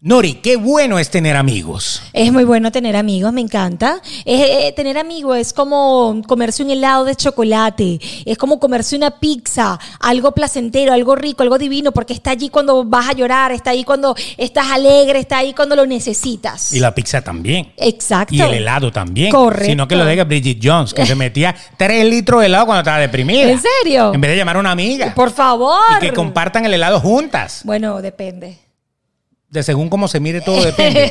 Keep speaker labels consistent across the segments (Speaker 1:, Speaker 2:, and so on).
Speaker 1: Nori, qué bueno es tener amigos.
Speaker 2: Es muy bueno tener amigos, me encanta. Es, eh, tener amigos es como comerse un helado de chocolate, es como comerse una pizza, algo placentero, algo rico, algo divino, porque está allí cuando vas a llorar, está ahí cuando estás alegre, está ahí cuando lo necesitas.
Speaker 1: Y la pizza también.
Speaker 2: Exacto.
Speaker 1: Y el helado también.
Speaker 2: Correcto.
Speaker 1: Sino que lo diga Bridget Jones, que se metía tres litros de helado cuando estaba deprimida.
Speaker 2: ¿En serio?
Speaker 1: En vez de llamar a una amiga.
Speaker 2: Por favor.
Speaker 1: Y que compartan el helado juntas.
Speaker 2: Bueno, depende.
Speaker 1: De según cómo se mire, todo depende.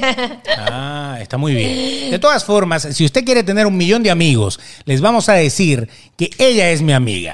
Speaker 1: Ah, está muy bien. De todas formas, si usted quiere tener un millón de amigos, les vamos a decir que ella es mi amiga.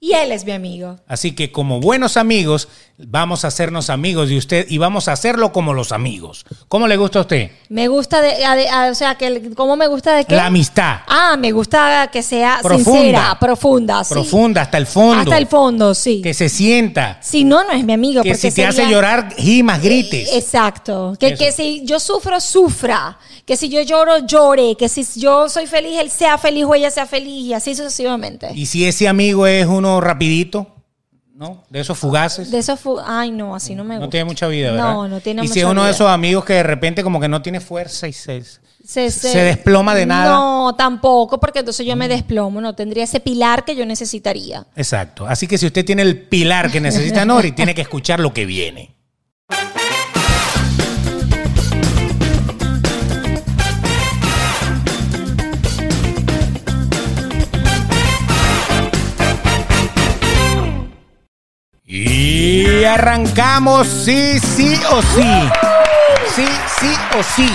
Speaker 2: Y él es mi amigo.
Speaker 1: Así que como buenos amigos, vamos a hacernos amigos de usted y vamos a hacerlo como los amigos. ¿Cómo le gusta a usted?
Speaker 2: Me gusta, de, a- de- a- o sea, que el- ¿cómo me gusta de qué?
Speaker 1: La amistad.
Speaker 2: Ah, me gusta que sea
Speaker 1: Profunda.
Speaker 2: sincera, profunda. sí.
Speaker 1: Profunda, hasta el fondo.
Speaker 2: Hasta el fondo, sí.
Speaker 1: Que se sienta.
Speaker 2: Si no, no es mi amigo.
Speaker 1: Que
Speaker 2: porque
Speaker 1: si te
Speaker 2: sería- Eh,
Speaker 1: hace llorar, gimas, grites.
Speaker 2: Exacto. Que,
Speaker 1: Eso.
Speaker 2: que si yo sufro, sufra. Que si yo lloro, llore. Que si yo soy feliz, él sea feliz o ella sea feliz. Y así sucesivamente.
Speaker 1: Y si ese amigo es uno rapidito, ¿no? De esos fugaces.
Speaker 2: de eso fu- Ay, no, así no me gusta.
Speaker 1: no tiene mucha vida, ¿verdad?
Speaker 2: No, no tiene
Speaker 1: Y
Speaker 2: mucha
Speaker 1: si es uno de
Speaker 2: vida.
Speaker 1: esos amigos que de repente como que no tiene fuerza y se... se desploma de nada. Mm.
Speaker 2: No, tampoco, porque entonces yo me desplomo. No tendría ese pilar que yo necesitaría.
Speaker 1: Exacto. Así que si usted tiene el pilar que necesita Nori, tiene que escuchar lo que viene. Y arrancamos sí, sí o sí. Sí, sí o sí.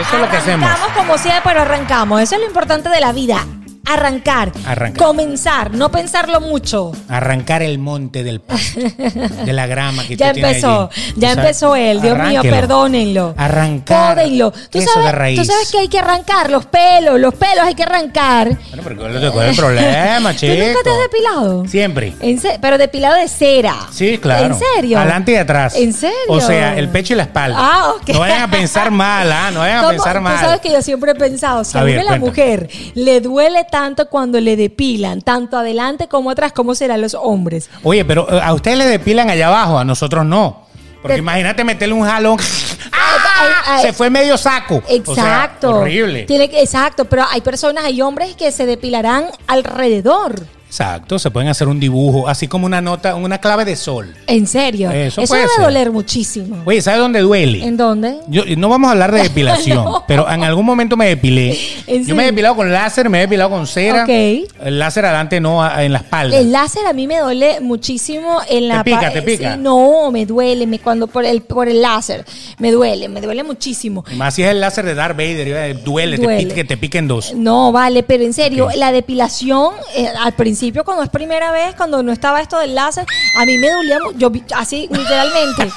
Speaker 1: Eso es lo que hacemos.
Speaker 2: Arrancamos como sea, pero arrancamos. Eso es lo importante de la vida. Arrancar.
Speaker 1: Arrancar.
Speaker 2: Comenzar. No pensarlo mucho.
Speaker 1: Arrancar el monte del pasto, de la grama que
Speaker 2: Ya
Speaker 1: tú tienes
Speaker 2: empezó,
Speaker 1: allí.
Speaker 2: ya
Speaker 1: O sea,
Speaker 2: empezó él, Dios mío,
Speaker 1: arránquelo.
Speaker 2: perdónenlo.
Speaker 1: Arrancar.
Speaker 2: Pódenlo. ¿Tú
Speaker 1: Eso
Speaker 2: sabes,
Speaker 1: de raíz.
Speaker 2: tú sabes que hay que arrancar los pelos, los pelos hay que arrancar.
Speaker 1: Bueno, pero ¿cuál es- cuál es el problema,
Speaker 2: ¿Tú
Speaker 1: chico?
Speaker 2: nunca te has depilado?
Speaker 1: Siempre.
Speaker 2: En se- pero depilado de cera.
Speaker 1: Sí, claro.
Speaker 2: ¿En serio?
Speaker 1: Adelante y atrás.
Speaker 2: ¿En serio?
Speaker 1: O sea, el pecho y la espalda.
Speaker 2: Ah, ok.
Speaker 1: No vayan a pensar mal, ¿ah? No vayan a
Speaker 2: ¿Cómo?
Speaker 1: pensar mal.
Speaker 2: Tú sabes que yo siempre he pensado, si
Speaker 1: A
Speaker 2: a,
Speaker 1: ver,
Speaker 2: una la
Speaker 1: cuéntame.
Speaker 2: mujer le duele tanto cuando le depilan, tanto adelante como atrás, ¿cómo serán los hombres?
Speaker 1: Oye, pero eh, a ustedes les depilan allá abajo, a nosotros no. Porque
Speaker 2: Te-
Speaker 1: imagínate meterle un jalón.
Speaker 2: Ay, ay, ay.
Speaker 1: ¡Ah! Se fue medio saco. O sea,
Speaker 2: Exacto.
Speaker 1: horrible.
Speaker 2: Tiene que- exacto, pero hay personas, hay hombres que se depilarán alrededor.
Speaker 1: Exacto, se pueden hacer un dibujo, así como una nota, una clave de sol.
Speaker 2: En serio.
Speaker 1: Eso
Speaker 2: Eso,
Speaker 1: puede
Speaker 2: debe
Speaker 1: ser.
Speaker 2: doler muchísimo.
Speaker 1: Oye, ¿sabes dónde duele?
Speaker 2: ¿En dónde?
Speaker 1: Yo, no vamos a hablar de depilación,
Speaker 2: No.
Speaker 1: pero en algún momento me depilé.
Speaker 2: ¿En
Speaker 1: Yo me he
Speaker 2: serio?
Speaker 1: depilado con láser, me he depilado con cera.
Speaker 2: Ok.
Speaker 1: El láser adelante no, a- en la espalda.
Speaker 2: El láser a mí me duele muchísimo en la
Speaker 1: ¿Te pica,
Speaker 2: pa-
Speaker 1: te pica?
Speaker 2: Sí, no, me duele, me cuando por el por el láser, me duele, me duele muchísimo.
Speaker 1: Y Más si es el láser de Darth Vader, eh, duele, Te
Speaker 2: Duele.
Speaker 1: pique- que te piquen dos.
Speaker 2: No, vale, pero en serio,
Speaker 1: Ok.
Speaker 2: la depilación, eh, al principio cuando es primera vez, cuando no estaba esto del láser, a mí me dolía, mu- yo vi- así, literalmente,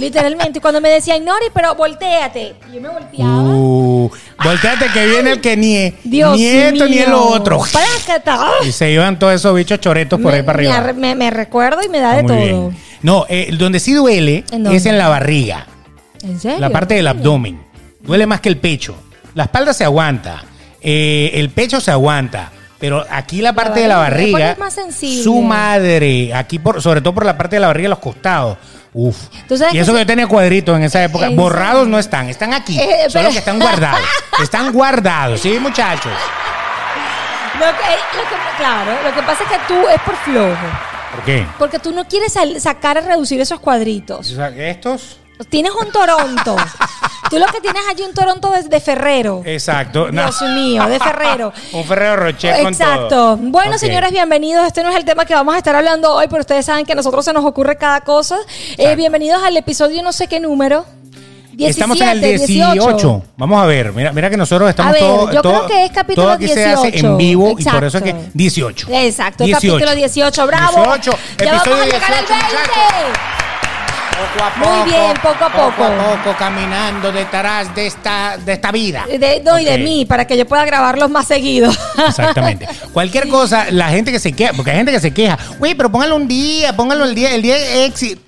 Speaker 2: literalmente, Y cuando me decían, Nori, pero volteate, yo me volteaba.
Speaker 1: Uh, volteate que viene el que nie.
Speaker 2: Dios
Speaker 1: ni esto ni
Speaker 2: mío.
Speaker 1: el otro.
Speaker 2: Prácata.
Speaker 1: Y se iban todos esos bichos choretos por ahí para
Speaker 2: me,
Speaker 1: arriba.
Speaker 2: arre- me- me recuerdo y me da
Speaker 1: Está
Speaker 2: de
Speaker 1: muy bien.
Speaker 2: todo.
Speaker 1: No, eh, donde sí duele
Speaker 2: ¿En dónde?
Speaker 1: es en la barriga.
Speaker 2: ¿En serio?
Speaker 1: La parte del abdomen. Duele más que el pecho. La espalda se aguanta. eh, el pecho se aguanta. Pero aquí la parte de la
Speaker 2: barriga,
Speaker 1: barriga.
Speaker 2: es más sensible.
Speaker 1: Su madre. Aquí, por, sobre todo por la parte de la barriga y los costados. Uf.
Speaker 2: Tú sabes
Speaker 1: y
Speaker 2: que
Speaker 1: eso que
Speaker 2: se-
Speaker 1: yo tenía cuadritos en esa época.
Speaker 2: En-
Speaker 1: Borrados no están. Están aquí.
Speaker 2: Eh,
Speaker 1: solo
Speaker 2: pero-
Speaker 1: que están guardados. están guardados. Sí, muchachos.
Speaker 2: Lo que- eh, lo que- claro, lo que pasa es que tú es por flojo.
Speaker 1: ¿Por qué?
Speaker 2: Porque tú no quieres sal- sacar a reducir esos cuadritos.
Speaker 1: O sea, Estos.
Speaker 2: Tienes un Toronto. tú lo que tienes allí un Toronto de, de Ferrero.
Speaker 1: Exacto. no.
Speaker 2: Dios mío, de Ferrero.
Speaker 1: Un Ferrero Rocher con todo.
Speaker 2: Exacto. Bueno,
Speaker 1: Ok.
Speaker 2: señores, bienvenidos. Este no es el tema que vamos a estar hablando hoy, pero ustedes saben que a nosotros se nos ocurre cada cosa. Eh, bienvenidos al episodio no sé qué número. 17,
Speaker 1: estamos en el 18. Vamos a ver, mira, mira que nosotros estamos
Speaker 2: A ver,
Speaker 1: todo-
Speaker 2: yo
Speaker 1: todo-
Speaker 2: creo que es capítulo
Speaker 1: todo aquí se hace
Speaker 2: 18.
Speaker 1: en vivo y por
Speaker 2: Exacto.
Speaker 1: eso es que 18.
Speaker 2: Exacto, capítulo 18, bravo.
Speaker 1: 18,
Speaker 2: ya
Speaker 1: episodio
Speaker 2: vamos a llegar
Speaker 1: 18,
Speaker 2: al 20.
Speaker 1: muchachos. Poco a
Speaker 2: Muy bien, poco a
Speaker 1: Poco a
Speaker 2: poco.
Speaker 1: poco caminando detrás de esta, de esta vida.
Speaker 2: De, no, y de
Speaker 1: Ok.
Speaker 2: mí, para que yo pueda grabarlos más seguido.
Speaker 1: Exactamente. Cualquier cosa, la gente que se queja, porque hay gente que se queja, güey, pero póngalo un día, póngalo el día, el día exit.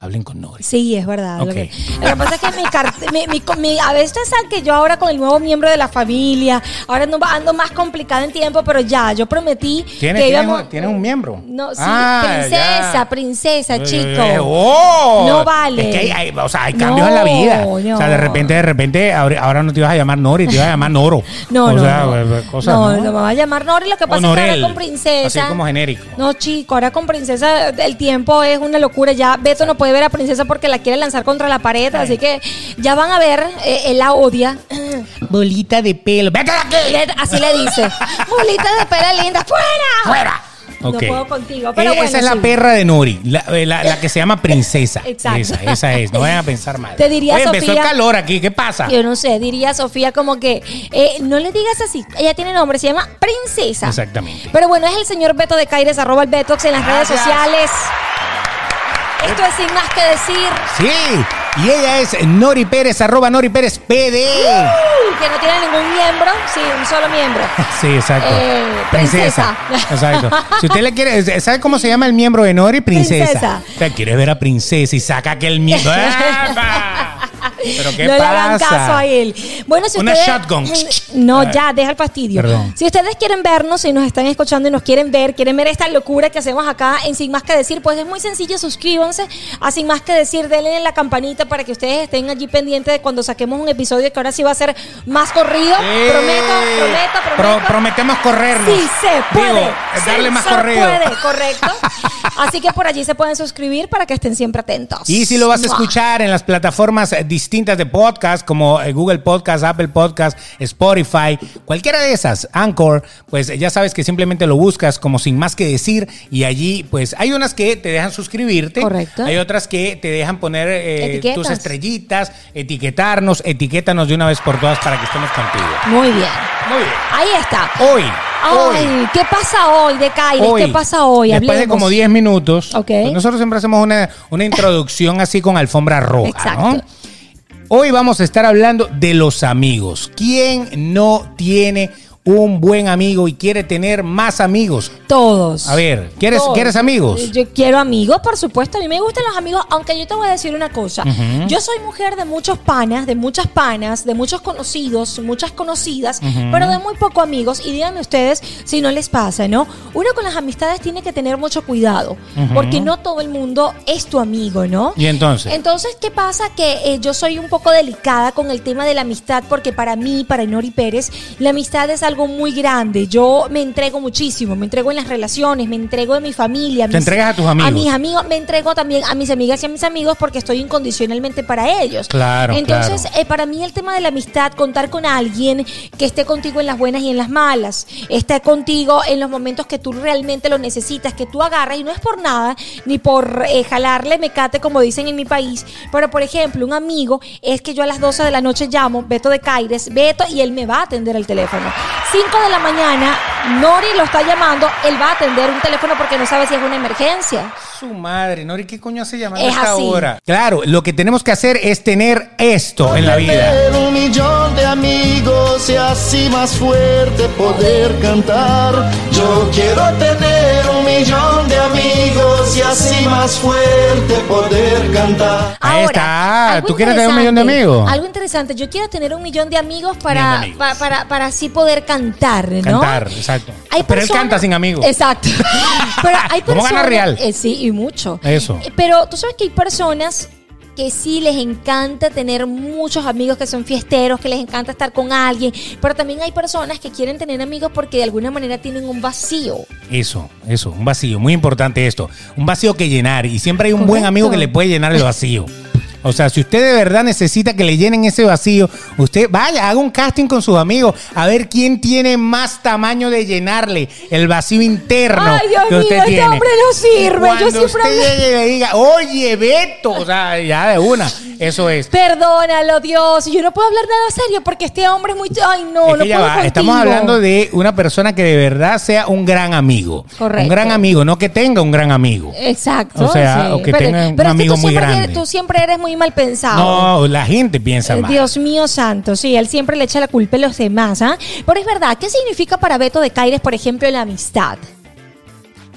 Speaker 1: hablen con Nori.
Speaker 2: Sí, es verdad. Lo,
Speaker 1: Ok.
Speaker 2: que, lo que pasa es que mi, carte- mi- mi- con- mi- a veces al que yo ahora con el nuevo miembro de la familia, ahora ando, ando más complicada en tiempo, pero ya, yo prometí
Speaker 1: ¿Tienes,
Speaker 2: que
Speaker 1: tienes
Speaker 2: íbamos-
Speaker 1: un- tienes un miembro?
Speaker 2: No, sí,
Speaker 1: Ah,
Speaker 2: princesa,
Speaker 1: ya.
Speaker 2: princesa, chico.
Speaker 1: Eh, ¡oh!
Speaker 2: No vale.
Speaker 1: Es que hay, hay- o sea, hay cambios en la
Speaker 2: No,
Speaker 1: vida.
Speaker 2: no.
Speaker 1: O sea, de repente, de repente, ahora, ahora no te ibas a llamar Nori, te ibas a llamar Noro.
Speaker 2: No,
Speaker 1: o
Speaker 2: no,
Speaker 1: sea, pues, eh,
Speaker 2: no.
Speaker 1: cosas,
Speaker 2: no,
Speaker 1: ¿no?
Speaker 2: no me va a llamar Nori, lo que pasa es que
Speaker 1: Honorel,
Speaker 2: ahora con princesa.
Speaker 1: así como genérico.
Speaker 2: No, chico, ahora con princesa el tiempo es una locura. Ya Beto no puede ver a princesa porque la quiere lanzar contra la pared, así que ya van a ver, eh, él la odia.
Speaker 1: Bolita de pelo. ¡Vete de aquí!
Speaker 2: Así le dice. Bolita de pera linda, ¡fuera!
Speaker 1: ¡Fuera! Ok.
Speaker 2: No puedo contigo, pero
Speaker 1: Ella-
Speaker 2: bueno,
Speaker 1: E-, esa es la
Speaker 2: sí.
Speaker 1: perra de Nori, la, eh, la- la que se llama princesa.
Speaker 2: Exacto.
Speaker 1: Esa, esa es, no vayan a pensar mal.
Speaker 2: Te diría,
Speaker 1: Oye, empezó el
Speaker 2: Sofía-
Speaker 1: calor aquí, ¿qué pasa?
Speaker 2: Yo no sé, diría Sofía como que eh, no le digas así. Ella tiene nombre, se llama Princesa.
Speaker 1: Exactamente.
Speaker 2: Pero bueno, es el señor Beto de Caires, arroba el Betox en las redes
Speaker 1: Gracias.
Speaker 2: sociales. Esto es sin más que decir.
Speaker 1: Sí, y ella es Nori Pérez, arroba Nori Pérez PD.
Speaker 2: ¡Uh! que no tiene ningún miembro, sí, un solo miembro.
Speaker 1: Sí, exacto.
Speaker 2: Eh, princesa.
Speaker 1: Exacto. Si usted le quiere, ¿sabe cómo se llama el miembro de Nori? Princesa.
Speaker 2: Princesa.
Speaker 1: O sea, quieres ver a princesa y saca aquel miembro. ¡Epa! Pero qué
Speaker 2: no le hagan
Speaker 1: pasa.
Speaker 2: caso a él. Bueno, si
Speaker 1: Una
Speaker 2: ustedes,
Speaker 1: shotgun.
Speaker 2: No, ya, deja el fastidio.
Speaker 1: Perdón.
Speaker 2: Si ustedes quieren vernos y nos están escuchando y nos quieren ver, quieren ver esta locura que hacemos acá en Sin Más Que Decir, pues es muy sencillo, suscríbanse a Sin Más Que Decir, denle en la campanita para que ustedes estén allí pendientes de cuando saquemos un episodio que ahora sí va a ser más corrido.
Speaker 1: Eh,
Speaker 2: Prometo, prometo,
Speaker 1: pro-
Speaker 2: prometo.
Speaker 1: prometemos corrernos.
Speaker 2: Sí, se puede.
Speaker 1: Digo,
Speaker 2: Sí,
Speaker 1: darle más
Speaker 2: se
Speaker 1: corrido.
Speaker 2: puede, correcto. Así que por allí se pueden suscribir para que estén siempre atentos.
Speaker 1: Y si lo vas a
Speaker 2: Mua.
Speaker 1: escuchar en las plataformas eh, distintas de podcast, como eh, Google Podcast, Apple Podcast, Spotify, cualquiera de esas, Anchor, pues eh, ya sabes que simplemente lo buscas como sin más que decir. Y allí, pues hay unas que te dejan suscribirte.
Speaker 2: Correcto.
Speaker 1: Hay otras que te dejan poner eh,
Speaker 2: Etiquetas.
Speaker 1: tus estrellitas, etiquetarnos, etiquétanos de una vez por todas para que estemos contigo.
Speaker 2: Muy bien.
Speaker 1: Muy bien.
Speaker 2: Ahí está.
Speaker 1: Hoy. hoy.
Speaker 2: Ay, ¿qué pasa hoy de Caires?
Speaker 1: Hoy,
Speaker 2: ¿Qué pasa hoy?
Speaker 1: Después de
Speaker 2: Hablemos.
Speaker 1: como 10 minutos,
Speaker 2: Ok.
Speaker 1: pues nosotros siempre hacemos una, una introducción así con alfombra roja.
Speaker 2: Exacto.
Speaker 1: ¿no? Hoy vamos a estar hablando de los amigos. ¿Quién no tiene un buen amigo y quiere tener más amigos?
Speaker 2: Todos.
Speaker 1: A ver, ¿quieres,
Speaker 2: Todos. Eh,
Speaker 1: ¿quieres amigos?
Speaker 2: Yo quiero amigos, por supuesto. A mí me gustan los amigos, aunque yo te voy a decir una cosa. Yo soy mujer de muchos panas, de muchas panas, de muchos conocidos, muchas conocidas, pero de muy poco amigos. Y díganme ustedes si no les pasa, ¿no? Uno con las amistades tiene que tener mucho cuidado, porque no todo el mundo es tu amigo, ¿no?
Speaker 1: ¿Y entonces?
Speaker 2: Entonces, ¿qué pasa? Que eh, yo soy un poco delicada con el tema de la amistad, porque para mí, para Nori Pérez, la amistad es algo muy grande. Yo me entrego muchísimo, me entrego en las relaciones, me entrego en mi familia. a
Speaker 1: Te
Speaker 2: mis-
Speaker 1: entregas a tus amigos.
Speaker 2: A mis amigos, me entrego también a mis amigas y a mis amigos porque estoy incondicionalmente para ellos.
Speaker 1: Claro,
Speaker 2: Entonces,
Speaker 1: claro.
Speaker 2: eh, para mí el tema de la amistad, contar con alguien que esté contigo en las buenas y en las malas, esté contigo en los momentos que tú realmente lo necesitas, que tú agarras, y no es por nada, ni por eh, jalarle mecate, como dicen en mi país, pero por ejemplo, un amigo es que yo a las 12 de la noche llamo, Beto de Caires, Beto, y él me va a atender el teléfono. 5 de la mañana, Nori lo está llamando, él va a atender un teléfono porque no sabe si es una emergencia.
Speaker 1: Su madre, Nori, ¿qué coño hace llamando
Speaker 2: Es
Speaker 1: a esta
Speaker 2: así.
Speaker 1: hora? Claro, lo que tenemos que hacer es tener esto en la vida.
Speaker 3: Tener un millón de amigos y así más fuerte poder cantar. Yo quiero tener un millón de amigos y así más fuerte poder cantar.
Speaker 1: Ahí está.
Speaker 2: algo
Speaker 1: ¿Tú quieres tener un millón de
Speaker 2: interesante,
Speaker 1: amigos?
Speaker 2: Algo interesante. Yo quiero tener un millón de amigos para,
Speaker 1: Millón de amigos.
Speaker 2: pa- Para, para así poder cantar, ¿no?
Speaker 1: Cantar, exacto.
Speaker 2: Hay
Speaker 1: Pero él
Speaker 2: personas-
Speaker 1: canta sin amigos.
Speaker 2: Exacto. Pero hay
Speaker 1: ¿Cómo
Speaker 2: personas.
Speaker 1: gana real?
Speaker 2: eh, sí, y mucho.
Speaker 1: Eso.
Speaker 2: Eh, Pero tú sabes que hay personas que sí les encanta tener muchos amigos que son fiesteros, que les encanta estar con alguien, pero también hay personas que quieren tener amigos porque de alguna manera tienen un vacío.
Speaker 1: Eso, eso, un vacío, muy importante esto. Un vacío que llenar y siempre hay un buen
Speaker 2: Correcto.
Speaker 1: amigo que le puede llenar el vacío. O sea, si usted de verdad necesita que le llenen ese vacío, usted vaya, haga un casting con sus amigos a ver quién tiene más tamaño de llenarle el vacío interno
Speaker 2: Ay, Dios
Speaker 1: que usted
Speaker 2: mío, este
Speaker 1: tiene.
Speaker 2: hombre no sirve, yo
Speaker 1: Cuando
Speaker 2: siempre
Speaker 1: usted
Speaker 2: hablo-
Speaker 1: llegue y le diga, oye, Beto, o sea, ya de una, eso es.
Speaker 2: Perdónalo, Dios. Yo no puedo hablar nada serio porque este hombre es muy. Ay, no,
Speaker 1: Es
Speaker 2: no
Speaker 1: que ya
Speaker 2: puedo
Speaker 1: va,
Speaker 2: contigo.
Speaker 1: Estamos hablando de una persona que de verdad sea un gran amigo.
Speaker 2: Correcto.
Speaker 1: Un gran amigo, no que tenga un gran amigo.
Speaker 2: Exacto.
Speaker 1: O sea, o que tenga un
Speaker 2: es que
Speaker 1: amigo
Speaker 2: tú
Speaker 1: muy
Speaker 2: siempre
Speaker 1: grande.
Speaker 2: eres- tú siempre eres muy mal pensado.
Speaker 1: No, la gente piensa
Speaker 2: Ah, Eh,
Speaker 1: mal.
Speaker 2: Dios mío santo, sí, él siempre le echa la culpa a los demás, ¿ah? Pero es verdad, ¿qué significa para Beto de Caires, por ejemplo, la amistad?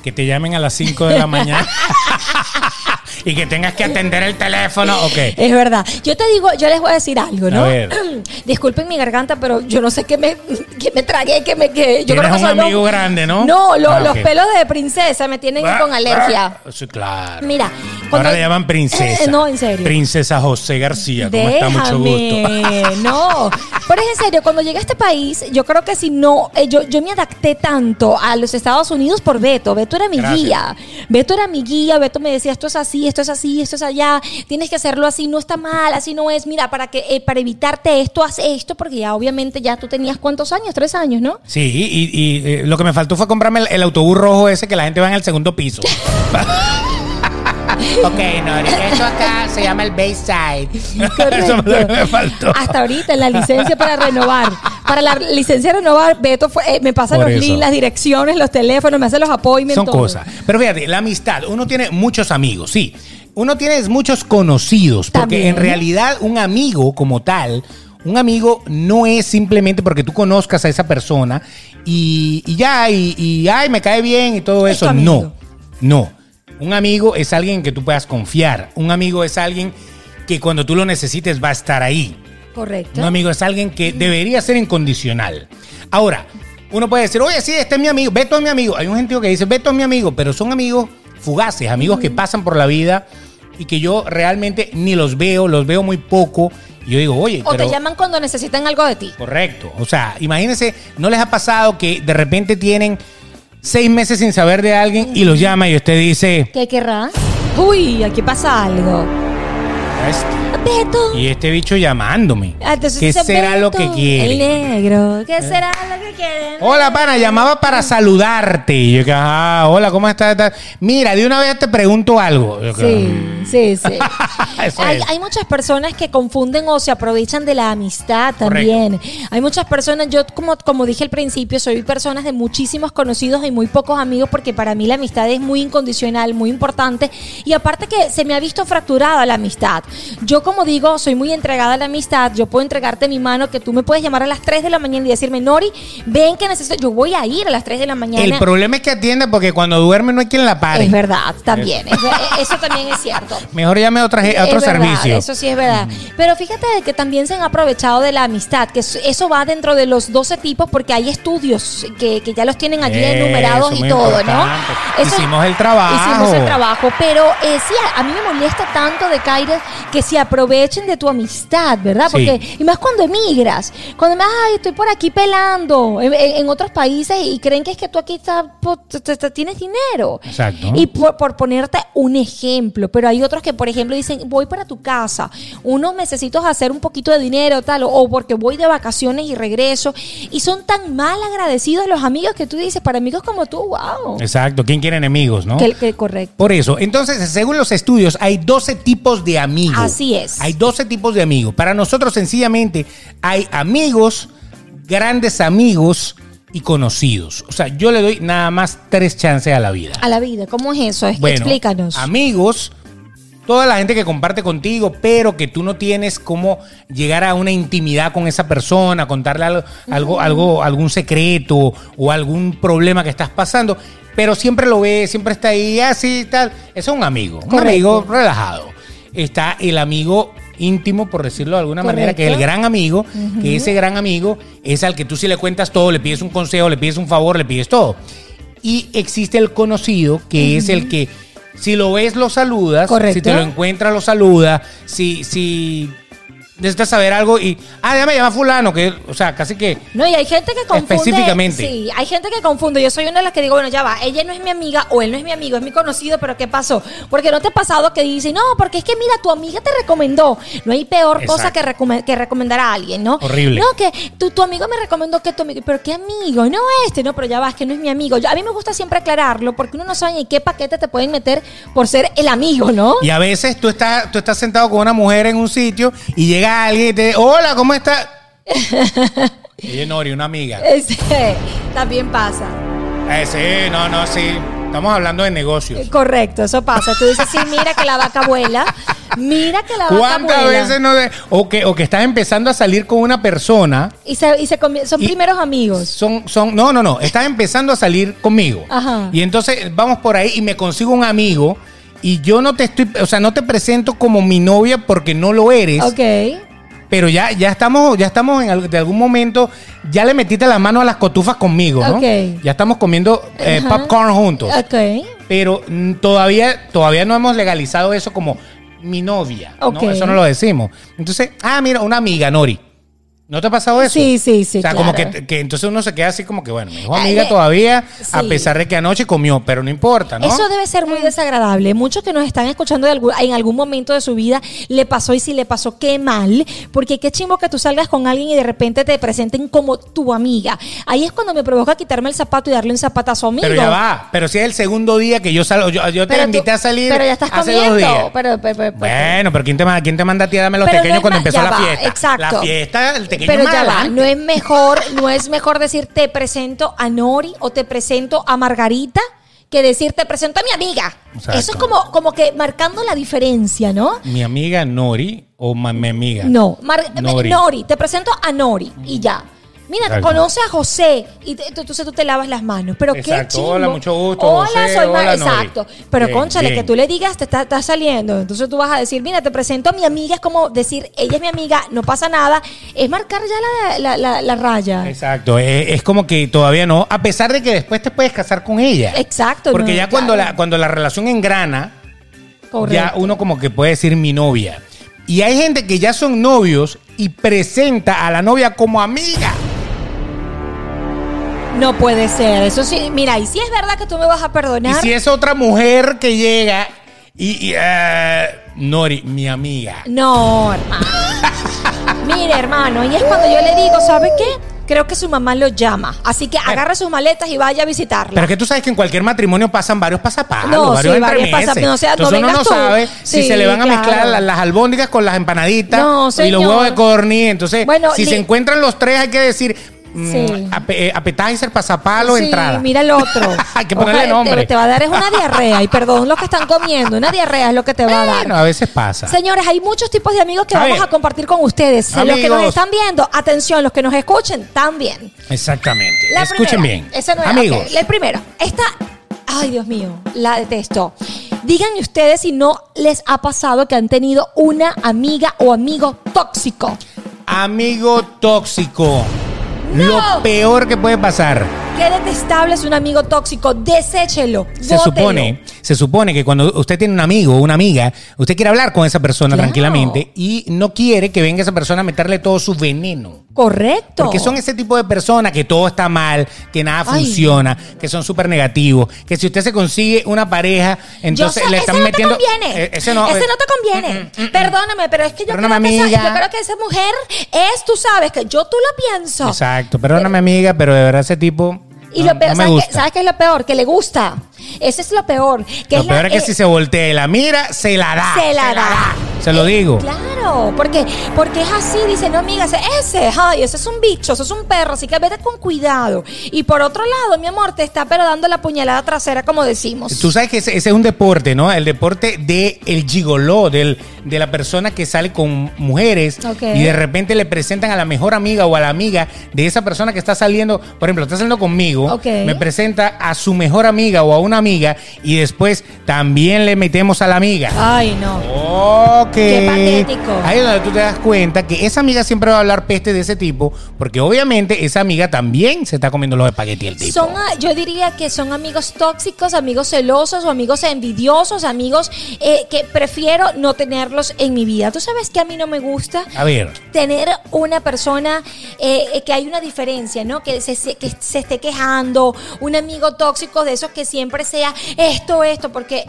Speaker 1: Que te llamen a las 5 de la mañana. y que tengas que atender el teléfono. Ok.
Speaker 2: Es verdad. Yo te digo, yo les voy a decir algo, ¿no?
Speaker 1: A ver.
Speaker 2: Disculpen mi garganta, pero yo no sé qué me, qué me tragué, qué me quedé. Yo
Speaker 1: Tienes
Speaker 2: creo que
Speaker 1: un
Speaker 2: son los-
Speaker 1: amigo grande, ¿no?
Speaker 2: No, lo-
Speaker 1: Ah,
Speaker 2: los
Speaker 1: ok.
Speaker 2: pelos de princesa me tienen con alergia.
Speaker 1: Ah, Sí, claro.
Speaker 2: Mira, cuando-
Speaker 1: Ahora le llaman princesa.
Speaker 2: No, en serio.
Speaker 1: Princesa José García, como está mucho gusto.
Speaker 2: Déjame, no. Pero es en serio, cuando llegué a este país, yo creo que si no, eh, yo, yo me adapté tanto a los Estados Unidos por Beto. Beto era mi
Speaker 1: Gracias.
Speaker 2: guía. Beto era mi guía. Beto me decía, esto es así, esto es así, esto es allá. Tienes que hacerlo así, no está mal, así no es. Mira, para que eh, para evitarte esto, haz esto, porque ya obviamente ya tú tenías cuántos años, tres años, ¿no?
Speaker 1: Sí, y, y, eh, lo que me faltó fue comprarme el, el autobús rojo ese que la gente va en el segundo piso. ok, Nori, eso acá se llama el Bayside. eso
Speaker 2: Correcto.
Speaker 1: fue lo que me faltó.
Speaker 2: Hasta ahorita en la licencia para renovar. Para la licencia de renovar, Beto fue- eh, me pasa
Speaker 1: Por
Speaker 2: los
Speaker 1: eso.
Speaker 2: links, las direcciones, los teléfonos, me hace los appointments.
Speaker 1: Son
Speaker 2: todo.
Speaker 1: cosas. Pero fíjate, la amistad. Uno tiene muchos amigos, sí. Uno tiene muchos conocidos, porque
Speaker 2: También.
Speaker 1: en realidad un amigo como tal, un amigo no es simplemente porque tú conozcas a esa persona y, y ya, y, y, ay, me cae bien y todo
Speaker 2: Es tu
Speaker 1: eso.
Speaker 2: amigo.
Speaker 1: No, no. Un amigo es alguien en que tú puedas confiar. Un amigo es alguien que cuando tú lo necesites va a estar ahí.
Speaker 2: Correcto.
Speaker 1: Un amigo es alguien que debería ser incondicional. Ahora, uno puede decir, oye, sí, este es mi amigo, Beto es mi amigo. Hay un gentío que dice, Beto es mi amigo, pero son amigos fugaces, amigos
Speaker 2: Mm.
Speaker 1: que pasan por la vida y que yo realmente ni los veo, los veo muy poco. Y yo digo, oye,
Speaker 2: o
Speaker 1: pero...
Speaker 2: te llaman cuando necesitan algo de ti.
Speaker 1: Correcto. O sea, imagínense, ¿no les ha pasado que de repente tienen seis meses sin saber de alguien y los llama y usted dice,
Speaker 2: ¿Qué querrá? Uy, aquí pasa algo.
Speaker 1: "Este-
Speaker 2: Beto.
Speaker 1: y este bicho llamándome?
Speaker 2: Ah, entonces
Speaker 1: ¿Qué
Speaker 2: dice,
Speaker 1: será lo
Speaker 2: "Beto,
Speaker 1: que quiere? ¿Eh?
Speaker 2: El negro. ¿Qué será lo que quiere?
Speaker 1: Hola, pana, llamaba para saludarte. Y yo que, ajá, hola, ¿cómo estás? estás? Mira, de una vez te pregunto algo. Yo que, mm,
Speaker 2: Sí, sí, sí.
Speaker 1: Eso
Speaker 2: hay,
Speaker 1: es.
Speaker 2: hay muchas personas que confunden o se aprovechan de la amistad también. Hay muchas personas, yo como, como dije al principio, soy personas de muchísimos conocidos y muy pocos amigos porque para mí la amistad es muy incondicional, muy importante. Y aparte que se me ha visto fracturada la amistad. Yo como digo, soy muy entregada a la amistad. Yo puedo entregarte mi mano, que tú me puedes llamar a las 3 de la mañana y decirme, Nori, ven que necesito, yo voy a ir a las 3 de la mañana.
Speaker 1: El problema es que atiende porque cuando duerme no hay quien la pare.
Speaker 2: es verdad, también. Es- eso también es cierto.
Speaker 1: Mejor llame a, otra, ge- a
Speaker 2: Es
Speaker 1: otro
Speaker 2: verdad,
Speaker 1: servicio. Mm.
Speaker 2: Eso sí es verdad. Pero fíjate de que también se han aprovechado de la amistad, que eso- eso va dentro de los 12 tipos porque hay estudios que, que ya los tienen allí
Speaker 1: Eh, Eso,
Speaker 2: enumerados y
Speaker 1: muy
Speaker 2: todo,
Speaker 1: importante.
Speaker 2: ¿no? Eso-
Speaker 1: Hicimos el trabajo.
Speaker 2: Hicimos el trabajo. Pero eh, sí, a, a mí me molesta tanto de Caires que se aprovechen de tu amistad, ¿verdad?
Speaker 1: Sí.
Speaker 2: Porque, y más cuando emigras, cuando me, ay, estoy por aquí pelando en, en- en otros países y creen que es que tú aquí estás, po- te- te- te- tienes dinero.
Speaker 1: Exacto.
Speaker 2: Y por, por ponerte un ejemplo, pero hay otros que, por ejemplo, dicen, voy para tu casa, unos necesitos hacer un poquito de dinero, tal, o, o porque voy de vacaciones y regreso. Y son tan mal agradecidos los amigos que tú dices, para amigos como tú, wow.
Speaker 1: Exacto. ¿Quién quiere enemigos, no?
Speaker 2: Que, que correcto.
Speaker 1: Por eso, entonces, según los estudios, hay 12 tipos de amigos.
Speaker 2: Así es.
Speaker 1: Hay 12 tipos de amigos. Para nosotros, sencillamente, hay amigos, grandes amigos y conocidos. O sea, yo le doy nada más tres chances a la vida.
Speaker 2: A la vida, ¿cómo es eso? Es que
Speaker 1: Bueno,
Speaker 2: explícanos.
Speaker 1: Amigos, toda la gente que comparte contigo, pero que tú no tienes cómo llegar a una intimidad con esa persona, contarle algo, algo, algo- algún secreto o algún problema que estás pasando, pero siempre lo ves, siempre está ahí, así tal. Eso es un amigo, un
Speaker 2: Correcto.
Speaker 1: amigo relajado. Está el amigo íntimo, por decirlo de alguna manera, que es el
Speaker 2: Correcto.
Speaker 1: gran amigo, que ese gran amigo es al que tú si le cuentas todo, le pides un consejo, le pides un favor, le pides todo. Y existe el conocido, que es el que si lo ves, lo saludas.
Speaker 2: Correcto.
Speaker 1: Si te lo encuentras, lo saludas. Si, si necesitas saber algo y, ah, déjame llamar a fulano, que, o sea, casi que...
Speaker 2: No, y hay gente que confunde.
Speaker 1: Específicamente.
Speaker 2: Sí, hay gente que confunde. Yo soy una de las que digo, bueno, ya va, ella no es mi amiga o él no es mi amigo, es mi conocido, pero ¿qué pasó? Porque no te ha pasado que dicen, no, porque es que mira, tu amiga te recomendó. No hay peor cosa
Speaker 1: Exacto.
Speaker 2: que, recome- que recomendar a alguien, ¿no?
Speaker 1: Horrible.
Speaker 2: No, que tu, tu amigo me recomendó que tu amigo, pero ¿qué amigo? No este, no, pero ya va, es que no es mi amigo. Yo- a mí me gusta siempre aclararlo porque uno no sabe en qué paquete te pueden meter por ser el amigo, ¿no?
Speaker 1: Y a veces tú estás, tú estás sentado con una mujer en un sitio y llega alguien y te dice, hola, ¿cómo estás? Oye, Nori, una amiga.
Speaker 2: Ese, Este, también pasa.
Speaker 1: Eh, sí, no, no, sí. Estamos hablando de negocios.
Speaker 2: Eh, Correcto, eso pasa. Tú dices, sí, mira que la vaca vuela. Mira que la vaca
Speaker 1: ¿Cuántas
Speaker 2: vuela.
Speaker 1: veces no de, o que o que estás empezando a salir con una persona?
Speaker 2: Y se, y se convi- son
Speaker 1: Y-
Speaker 2: primeros amigos.
Speaker 1: Son son no, no, no, estás empezando a salir conmigo.
Speaker 2: Ajá.
Speaker 1: Y entonces vamos por ahí y me consigo un amigo y yo no te estoy, o sea, no te presento como mi novia porque no lo eres.
Speaker 2: Ok.
Speaker 1: Pero ya, ya estamos, ya estamos en al- de algún momento, ya le metiste la mano a las cotufas conmigo, ¿no?
Speaker 2: Ok.
Speaker 1: Ya estamos comiendo eh,
Speaker 2: Ajá.
Speaker 1: popcorn juntos.
Speaker 2: Ok.
Speaker 1: Pero mm, todavía, todavía no hemos legalizado eso como mi novia. ¿no?
Speaker 2: Ok.
Speaker 1: Eso no lo decimos. Entonces, ah, mira, una amiga, Nori. ¿No te ha pasado eso?
Speaker 2: Sí, sí, sí,
Speaker 1: O sea, como
Speaker 2: claro.
Speaker 1: que, que entonces uno se queda así como que, bueno, mi
Speaker 2: Ay,
Speaker 1: amiga
Speaker 2: eh,
Speaker 1: todavía, a
Speaker 2: sí.
Speaker 1: pesar de que anoche comió, pero no importa, ¿no?
Speaker 2: Eso debe ser muy desagradable. Muchos que nos están escuchando de algún- en algún momento de su vida le pasó y si le pasó, qué mal. Porque qué chimbo que tú salgas con alguien y de repente te presenten como tu amiga. Ahí es cuando me provoca quitarme el zapato y darle un zapatazo a amigo.
Speaker 1: Pero ya va. Pero si es el segundo día que yo salgo, yo, yo te
Speaker 2: Pero
Speaker 1: invité
Speaker 2: tú-
Speaker 1: a salir
Speaker 2: Pero ya estás
Speaker 1: hace
Speaker 2: comiendo.
Speaker 1: dos días.
Speaker 2: Pero, pero- pero- pues,
Speaker 1: bueno, pero ¿quién te, ma- ¿quién te manda a ti a darme los
Speaker 2: Pero no
Speaker 1: pequeños
Speaker 2: es
Speaker 1: cuando
Speaker 2: ma-
Speaker 1: empezó
Speaker 2: ya
Speaker 1: la
Speaker 2: va,
Speaker 1: fiesta?
Speaker 2: exacto.
Speaker 1: La fiesta, el pequeño
Speaker 2: Pero
Speaker 1: más
Speaker 2: ya va,
Speaker 1: adelante.
Speaker 2: no es mejor, no es mejor decir te presento a Nori o te presento a Margarita que decir te presento a mi amiga.
Speaker 1: Exacto.
Speaker 2: Eso es como, como que marcando la diferencia, ¿no?
Speaker 1: Mi amiga Nori o ma- mi amiga.
Speaker 2: No, Mar-
Speaker 1: Nori.
Speaker 2: Nori. te presento a Nori y ya. Mira,
Speaker 1: Exacto.
Speaker 2: conoce a José y te- entonces tú te lavas las manos. Pero qué
Speaker 1: Exacto,
Speaker 2: chimbo.
Speaker 1: hola, mucho gusto,
Speaker 2: Hola,
Speaker 1: José,
Speaker 2: soy Mar.
Speaker 1: hola, Nori.
Speaker 2: Exacto. Pero
Speaker 1: Bien,
Speaker 2: conchale,
Speaker 1: bien.
Speaker 2: que tú le digas, te está, está saliendo. Entonces tú vas a decir, mira, te presento a mi amiga. Es como decir, ella es mi amiga, no pasa nada. Es marcar ya la, la- la- la raya.
Speaker 1: Exacto, eh, es, como que todavía no, a pesar de que después te puedes casar con ella.
Speaker 2: Exacto,
Speaker 1: Porque
Speaker 2: no,
Speaker 1: ya cuando,
Speaker 2: claro.
Speaker 1: la, cuando la relación engrana, ya
Speaker 2: Correcto.
Speaker 1: uno como que puede decir mi novia. Y hay gente que ya son novios y presenta a la novia como amiga.
Speaker 2: No puede ser. Eso sí, mira, y si es verdad que tú me vas a perdonar.
Speaker 1: Y si es otra mujer que llega y... y, eh, Nori, mi amiga.
Speaker 2: No, hermano. Mire, hermano, y es cuando yo le digo, ¿sabe qué? Creo que su mamá lo llama. Así que agarra sus maletas y vaya a
Speaker 1: Pero
Speaker 2: visitarla.
Speaker 1: es que tú sabes que en cualquier matrimonio pasan varios pasapalos,
Speaker 2: No,
Speaker 1: varios
Speaker 2: sí, varios
Speaker 1: entremeses.
Speaker 2: pasapalos, o sea, no
Speaker 1: Entonces uno
Speaker 2: vengas
Speaker 1: no
Speaker 2: tú.
Speaker 1: sabe si
Speaker 2: Sí,
Speaker 1: se le van a mezclar
Speaker 2: claro.
Speaker 1: la- las albóndigas con las empanaditas
Speaker 2: No,
Speaker 1: y los
Speaker 2: señor.
Speaker 1: huevos de corny. Entonces,
Speaker 2: Bueno,
Speaker 1: si
Speaker 2: ni-
Speaker 1: se encuentran los tres, hay que decir mm,
Speaker 2: Sí.
Speaker 1: ape- eh, appetizer, pasapalo,
Speaker 2: Sí,
Speaker 1: entrada.
Speaker 2: mira el otro.
Speaker 1: Hay que ponerle
Speaker 2: Ojalá,
Speaker 1: nombre.
Speaker 2: Te, te va a dar es una diarrea. Y perdón los que están comiendo. Una diarrea es lo que te va a dar.
Speaker 1: Bueno, a veces pasa.
Speaker 2: Señores, hay muchos tipos de amigos que
Speaker 1: A
Speaker 2: vamos
Speaker 1: ver.
Speaker 2: a compartir con ustedes. Los que nos
Speaker 1: Amigos.
Speaker 2: están viendo, atención, los que nos escuchen, también.
Speaker 1: Exactamente.
Speaker 2: La
Speaker 1: Escuchen
Speaker 2: primera.
Speaker 1: bien.
Speaker 2: Esa no era,
Speaker 1: Amigos.
Speaker 2: ok. El primero. Esta. Ay, Dios mío, la detesto. Díganme ustedes si no les ha pasado que han tenido una amiga o amigo tóxico.
Speaker 1: Amigo tóxico.
Speaker 2: No.
Speaker 1: Lo peor que puede pasar.
Speaker 2: Qué detestable es un amigo tóxico. Deséchelo.
Speaker 1: Se
Speaker 2: bótelo.
Speaker 1: supone, se supone que cuando usted tiene un amigo o una amiga, usted quiere hablar con esa persona
Speaker 2: Claro.
Speaker 1: tranquilamente y no quiere que venga esa persona a meterle todo su veneno.
Speaker 2: Correcto.
Speaker 1: Porque son ese tipo de personas que todo está mal, que nada
Speaker 2: Ay.
Speaker 1: funciona, que son súper negativos, que si usted se consigue una pareja, entonces
Speaker 2: Yo sé-
Speaker 1: le están
Speaker 2: ese
Speaker 1: metiendo...
Speaker 2: No te conviene.
Speaker 1: Eh, ese no, eh,
Speaker 2: te conviene. Perdóname, pero es que yo creo
Speaker 1: Perdóname,
Speaker 2: que, esa,
Speaker 1: amiga.
Speaker 2: yo creo que esa mujer es, tú sabes, que yo tú lo pienso.
Speaker 1: Exacto, perdóname amiga, pero de verdad ese tipo...
Speaker 2: Eh, Y
Speaker 1: no-
Speaker 2: lo peor,
Speaker 1: no me
Speaker 2: ¿sabes, qué,
Speaker 1: gusta.
Speaker 2: ¿sabes qué es lo peor? Que le gusta. Eso es lo peor. Que
Speaker 1: Lo
Speaker 2: la-
Speaker 1: peor es que
Speaker 2: eh,
Speaker 1: si se voltea y la mira, se la da.
Speaker 2: se la da.
Speaker 1: Se lo
Speaker 2: Eh,
Speaker 1: digo.
Speaker 2: Claro, porque, porque es así, dice, no, amiga, ese, ese, ay, ese es un bicho, ese es un perro, así que vete con cuidado. Y por otro lado, mi amor, te está pero dando la puñalada trasera, como decimos.
Speaker 1: Tú sabes que ese, ese es un deporte, ¿no? El deporte de el gigoló, del, de la persona que sale con mujeres
Speaker 2: Ok.
Speaker 1: y de repente le presentan a la mejor amiga o a la amiga de esa persona que está saliendo, por ejemplo, está saliendo conmigo,
Speaker 2: Ok.
Speaker 1: me presenta a su mejor amiga o a una amiga y después también le metemos a la amiga.
Speaker 2: Ay, no.
Speaker 1: Oh, Ok.
Speaker 2: Qué patético.
Speaker 1: Ahí es donde tú te das cuenta que esa amiga siempre va a hablar peste de ese tipo, porque obviamente esa amiga también se está comiendo los espaguetis del tipo.
Speaker 2: Son, ah, yo diría que son amigos tóxicos, amigos celosos o amigos envidiosos, amigos eh, que prefiero no tenerlos en mi vida. ¿Tú sabes que a mí no me gusta?
Speaker 1: A ver.
Speaker 2: tener una persona eh, eh, que hay una diferencia, ¿no? Que se, se- que se esté quejando, un amigo tóxico de esos que siempre sea esto, esto, porque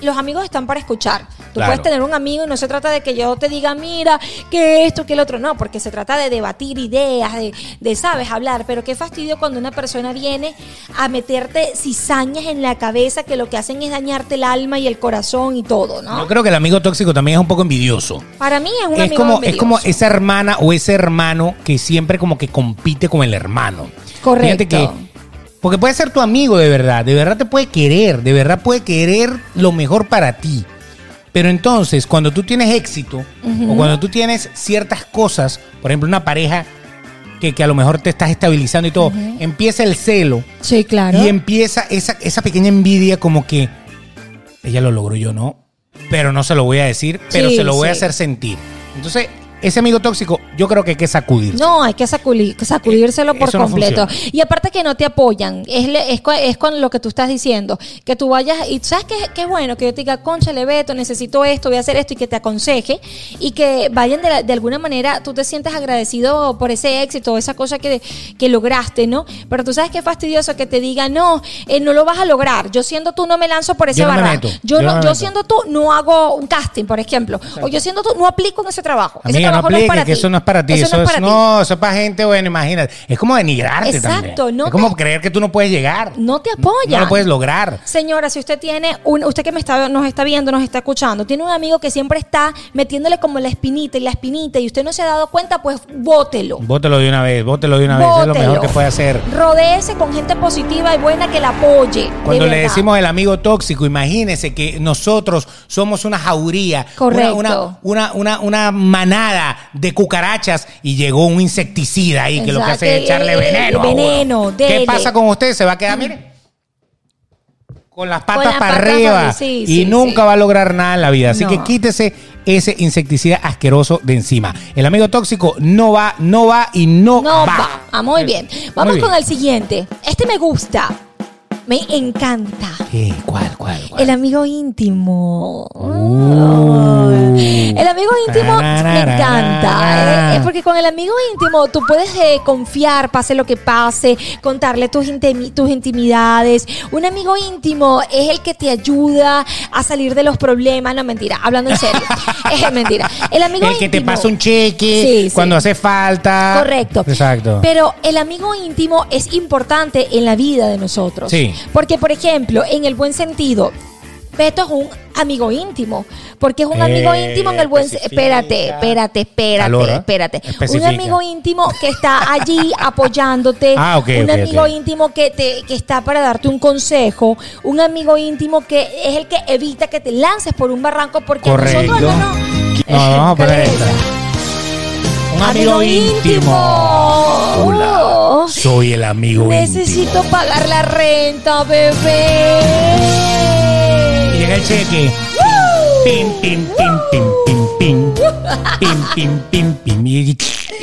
Speaker 2: los amigos están para escuchar. Tú
Speaker 1: Claro.
Speaker 2: puedes tener un amigo y no se trata de que yo te diga, mira, que esto, que el otro, no, porque se trata de debatir ideas, de, de, sabes, hablar, pero qué fastidio cuando una persona viene a meterte cizañas en la cabeza que lo que hacen es dañarte el alma y el corazón y todo,
Speaker 1: Yo
Speaker 2: ¿no?
Speaker 1: creo que el amigo tóxico también es un poco envidioso.
Speaker 2: Para mí es un
Speaker 1: es
Speaker 2: amigo
Speaker 1: como, es como
Speaker 2: envidioso.
Speaker 1: esa hermana o ese hermano que siempre como que compite con el hermano. Fíjate
Speaker 2: Correcto.
Speaker 1: que. Porque puede ser tu amigo de verdad, de verdad te puede querer, de verdad puede querer lo mejor para ti. Pero entonces, cuando tú tienes éxito o cuando tú tienes ciertas cosas, por ejemplo, una pareja que, que a lo mejor te estás estabilizando y todo, empieza el celo
Speaker 2: Sí, claro.
Speaker 1: y empieza esa, esa pequeña envidia como que, ella lo logró, yo no. Pero no se lo voy a decir, pero
Speaker 2: Sí,
Speaker 1: se lo voy a
Speaker 2: sí.
Speaker 1: hacer sentir. Entonces, ese amigo tóxico, yo creo que hay que sacudirse. Eh,
Speaker 2: No, hay que saculi- sacudírselo por
Speaker 1: Eso no
Speaker 2: completo. y aparte que no te apoyan, es, le- es, cua- es con lo que tú estás diciendo, que tú vayas y sabes que qué bueno que yo te diga, concha, Beto, necesito esto, voy a hacer esto y que te aconseje y que vayan de, la- de alguna manera, tú te sientas agradecido por ese éxito, esa cosa que, que lograste, ¿no? Pero tú sabes que es fastidioso que te diga, no, eh, no lo vas a lograr, yo siendo tú no me lanzo por ese
Speaker 1: no me
Speaker 2: barranco.
Speaker 1: meto,
Speaker 2: Yo,
Speaker 1: yo
Speaker 2: no-
Speaker 1: no me
Speaker 2: yo
Speaker 1: meto.
Speaker 2: siendo tú no hago un casting, por ejemplo, o yo siendo tú no aplico en ese trabajo. Ese
Speaker 1: Amiga, no
Speaker 2: trabajo
Speaker 1: apliques,
Speaker 2: es para
Speaker 1: que
Speaker 2: ti.
Speaker 1: eso no es para ti. Eso, es,
Speaker 2: no es para ti.
Speaker 1: no, eso es para gente, bueno, imagínate. Es como denigrarte también.
Speaker 2: Exacto, no
Speaker 1: Es como
Speaker 2: te-
Speaker 1: creer que tú no puedes llegar.
Speaker 2: No te
Speaker 1: No
Speaker 2: apoyan.
Speaker 1: lo puedes lograr.
Speaker 2: Señora, si usted tiene un, usted que me está, nos está viendo, nos está escuchando, tiene un amigo que siempre está metiéndole como la espinita y la espinita y usted no se ha dado cuenta, pues bótelo.
Speaker 1: Bótelo de una vez, bótelo de una vez. Es lo
Speaker 2: Bótelo.
Speaker 1: mejor que puede hacer.
Speaker 2: Rodéese con gente positiva y buena que la apoye. de
Speaker 1: Cuando le
Speaker 2: verdad.
Speaker 1: decimos el amigo tóxico, imagínese que nosotros somos una jauría, una-
Speaker 2: Correcto.
Speaker 1: Una, una, una, una manada de cucarachas y llegó un insecticida ahí que lo que hace es
Speaker 2: Exacto,
Speaker 1: echarle
Speaker 2: eh,
Speaker 1: veneno. a uno.
Speaker 2: veneno, dele.
Speaker 1: ¿Qué pasa con usted? Se va a quedar, mire, con las patas
Speaker 2: Con las
Speaker 1: para
Speaker 2: patas
Speaker 1: arriba
Speaker 2: para- sí,
Speaker 1: y
Speaker 2: sí,
Speaker 1: nunca
Speaker 2: sí.
Speaker 1: va a lograr nada en la vida. Así
Speaker 2: No.
Speaker 1: que quítese ese insecticida asqueroso de encima. El amigo tóxico no va, no va y no,
Speaker 2: No
Speaker 1: va. Eh,
Speaker 2: va. Ah, muy bien. Vamos
Speaker 1: Muy bien.
Speaker 2: con el siguiente. Este me gusta. Me encanta.
Speaker 1: ¿Qué? Eh, ¿Cuál, cuál, cuál?
Speaker 2: El amigo íntimo.
Speaker 1: Uh.
Speaker 2: El amigo íntimo me encanta. eh, Es porque con el amigo íntimo tú puedes eh, confiar, pase lo que pase, contarle tus, intimi- tus intimidades. Un amigo íntimo es el que te ayuda a salir de los problemas. No, mentira, hablando en serio. es mentira. El amigo
Speaker 1: el que te
Speaker 2: íntimo-
Speaker 1: pasa un cheque
Speaker 2: Sí, sí.
Speaker 1: cuando hace falta.
Speaker 2: Correcto.
Speaker 1: Exacto.
Speaker 2: Pero el amigo íntimo es importante en la vida de nosotros.
Speaker 1: Sí.
Speaker 2: Porque, por ejemplo, en el buen sentido, Beto es un amigo íntimo. Porque es un amigo
Speaker 1: Eh,
Speaker 2: íntimo en el buen sentido.
Speaker 1: especifica.
Speaker 2: Espérate, espérate, espérate,
Speaker 1: Valora.
Speaker 2: espérate.
Speaker 1: Especifica.
Speaker 2: Un amigo íntimo que está allí apoyándote.
Speaker 1: Ah, ok, ok,
Speaker 2: un amigo
Speaker 1: ok.
Speaker 2: íntimo que, te, que está para darte un consejo. Un amigo íntimo que es el que evita que te lances por un barranco porque a nosotros
Speaker 1: Correcto.
Speaker 2: no, no.
Speaker 1: No, vamos a poner
Speaker 2: Cabeza.
Speaker 1: esta. un amigo, íntimo. Hola,
Speaker 2: Oh.
Speaker 1: soy el amigo
Speaker 2: Necesito
Speaker 1: íntimo.
Speaker 2: pagar la renta, bebé.
Speaker 1: Y Llega el cheque.
Speaker 2: ¡Woo!
Speaker 1: Pim, pim, pim, pim, pim, pim. Pim, pim, pim, pim. Y,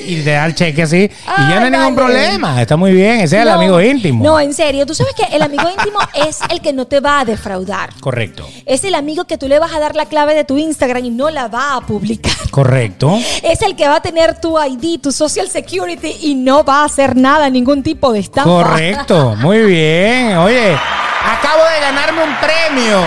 Speaker 1: y te da el cheque así. y ya no hay
Speaker 2: Ay,
Speaker 1: ningún
Speaker 2: vale.
Speaker 1: problema. Está muy bien. Ese es el
Speaker 2: No,
Speaker 1: amigo íntimo.
Speaker 2: No, en serio, tú sabes que el amigo íntimo es el que no te va a defraudar.
Speaker 1: Correcto.
Speaker 2: Es el amigo que tú le vas a dar la clave de tu Instagram y no la va a publicar.
Speaker 1: Correcto.
Speaker 2: Es el que va a tener tu ID, tu Social Security y no va a hacer nada, ningún tipo de estafa.
Speaker 1: Correcto, muy bien. Oye, acabo de ganarme un premio.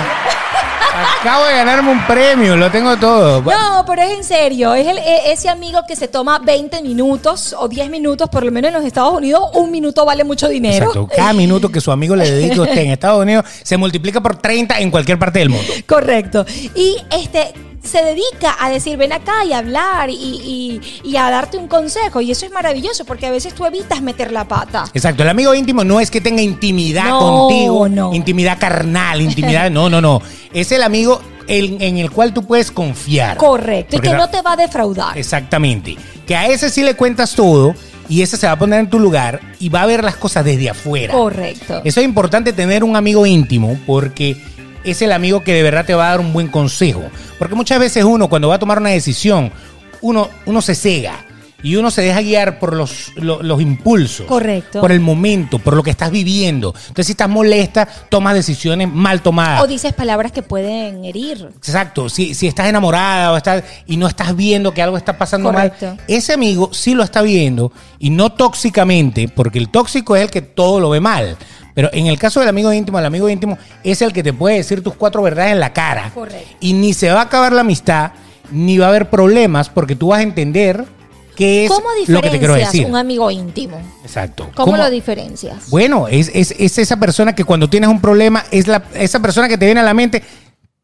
Speaker 1: Acabo de ganarme un premio, lo tengo todo.
Speaker 2: No, pero es en serio. Es el, e- ese amigo que se toma 20 minutos o 10 minutos, por lo menos en los Estados Unidos, un minuto vale mucho dinero.
Speaker 1: Exacto, cada minuto que su amigo le dedica a usted en Estados Unidos se multiplica por 30 en cualquier parte del mundo.
Speaker 2: Correcto. Y este se dedica a decir, ven acá y hablar y, y- y a darte un consejo. Y eso es maravilloso porque a veces tú evitas meter la pata.
Speaker 1: Exacto, el amigo íntimo no es que tenga intimidad
Speaker 2: No,
Speaker 1: contigo,
Speaker 2: no.
Speaker 1: intimidad carnal, intimidad, no, no, no. Es el amigo en, en el cual tú puedes confiar.
Speaker 2: Correcto. Y
Speaker 1: Porque
Speaker 2: que
Speaker 1: ta-
Speaker 2: no te va a defraudar.
Speaker 1: Exactamente. Que a ese sí le cuentas todo y ese se va a poner en tu lugar y va a ver las cosas desde afuera.
Speaker 2: Correcto.
Speaker 1: Eso es importante tener un amigo íntimo porque es el amigo que de verdad te va a dar un buen consejo. Porque muchas veces uno cuando va a tomar una decisión, uno, uno se cega y uno se deja guiar por los, lo- los impulsos.
Speaker 2: Correcto.
Speaker 1: Por el momento, por lo que estás viviendo. Entonces si estás molesta, tomas decisiones mal tomadas.
Speaker 2: O dices palabras que pueden herir.
Speaker 1: Exacto, si, si estás enamorada o estás y no estás viendo que algo está pasando
Speaker 2: Correcto.
Speaker 1: mal, ese amigo sí lo está viendo y no tóxicamente, porque el tóxico es el que todo lo ve mal. Pero en el caso del amigo íntimo, el amigo íntimo es el que te puede decir tus cuatro verdades en la cara.
Speaker 2: Correcto.
Speaker 1: Y ni se va a acabar la amistad, ni va a haber problemas, porque tú vas a entender qué es
Speaker 2: ¿Cómo
Speaker 1: lo que te quiero
Speaker 2: diferencias
Speaker 1: decir.
Speaker 2: un amigo íntimo?
Speaker 1: Exacto.
Speaker 2: ¿Cómo,
Speaker 1: ¿Cómo-
Speaker 2: lo diferencias?
Speaker 1: bueno, es, es- es esa persona que cuando tienes un problema, es la, esa persona que te viene a la mente,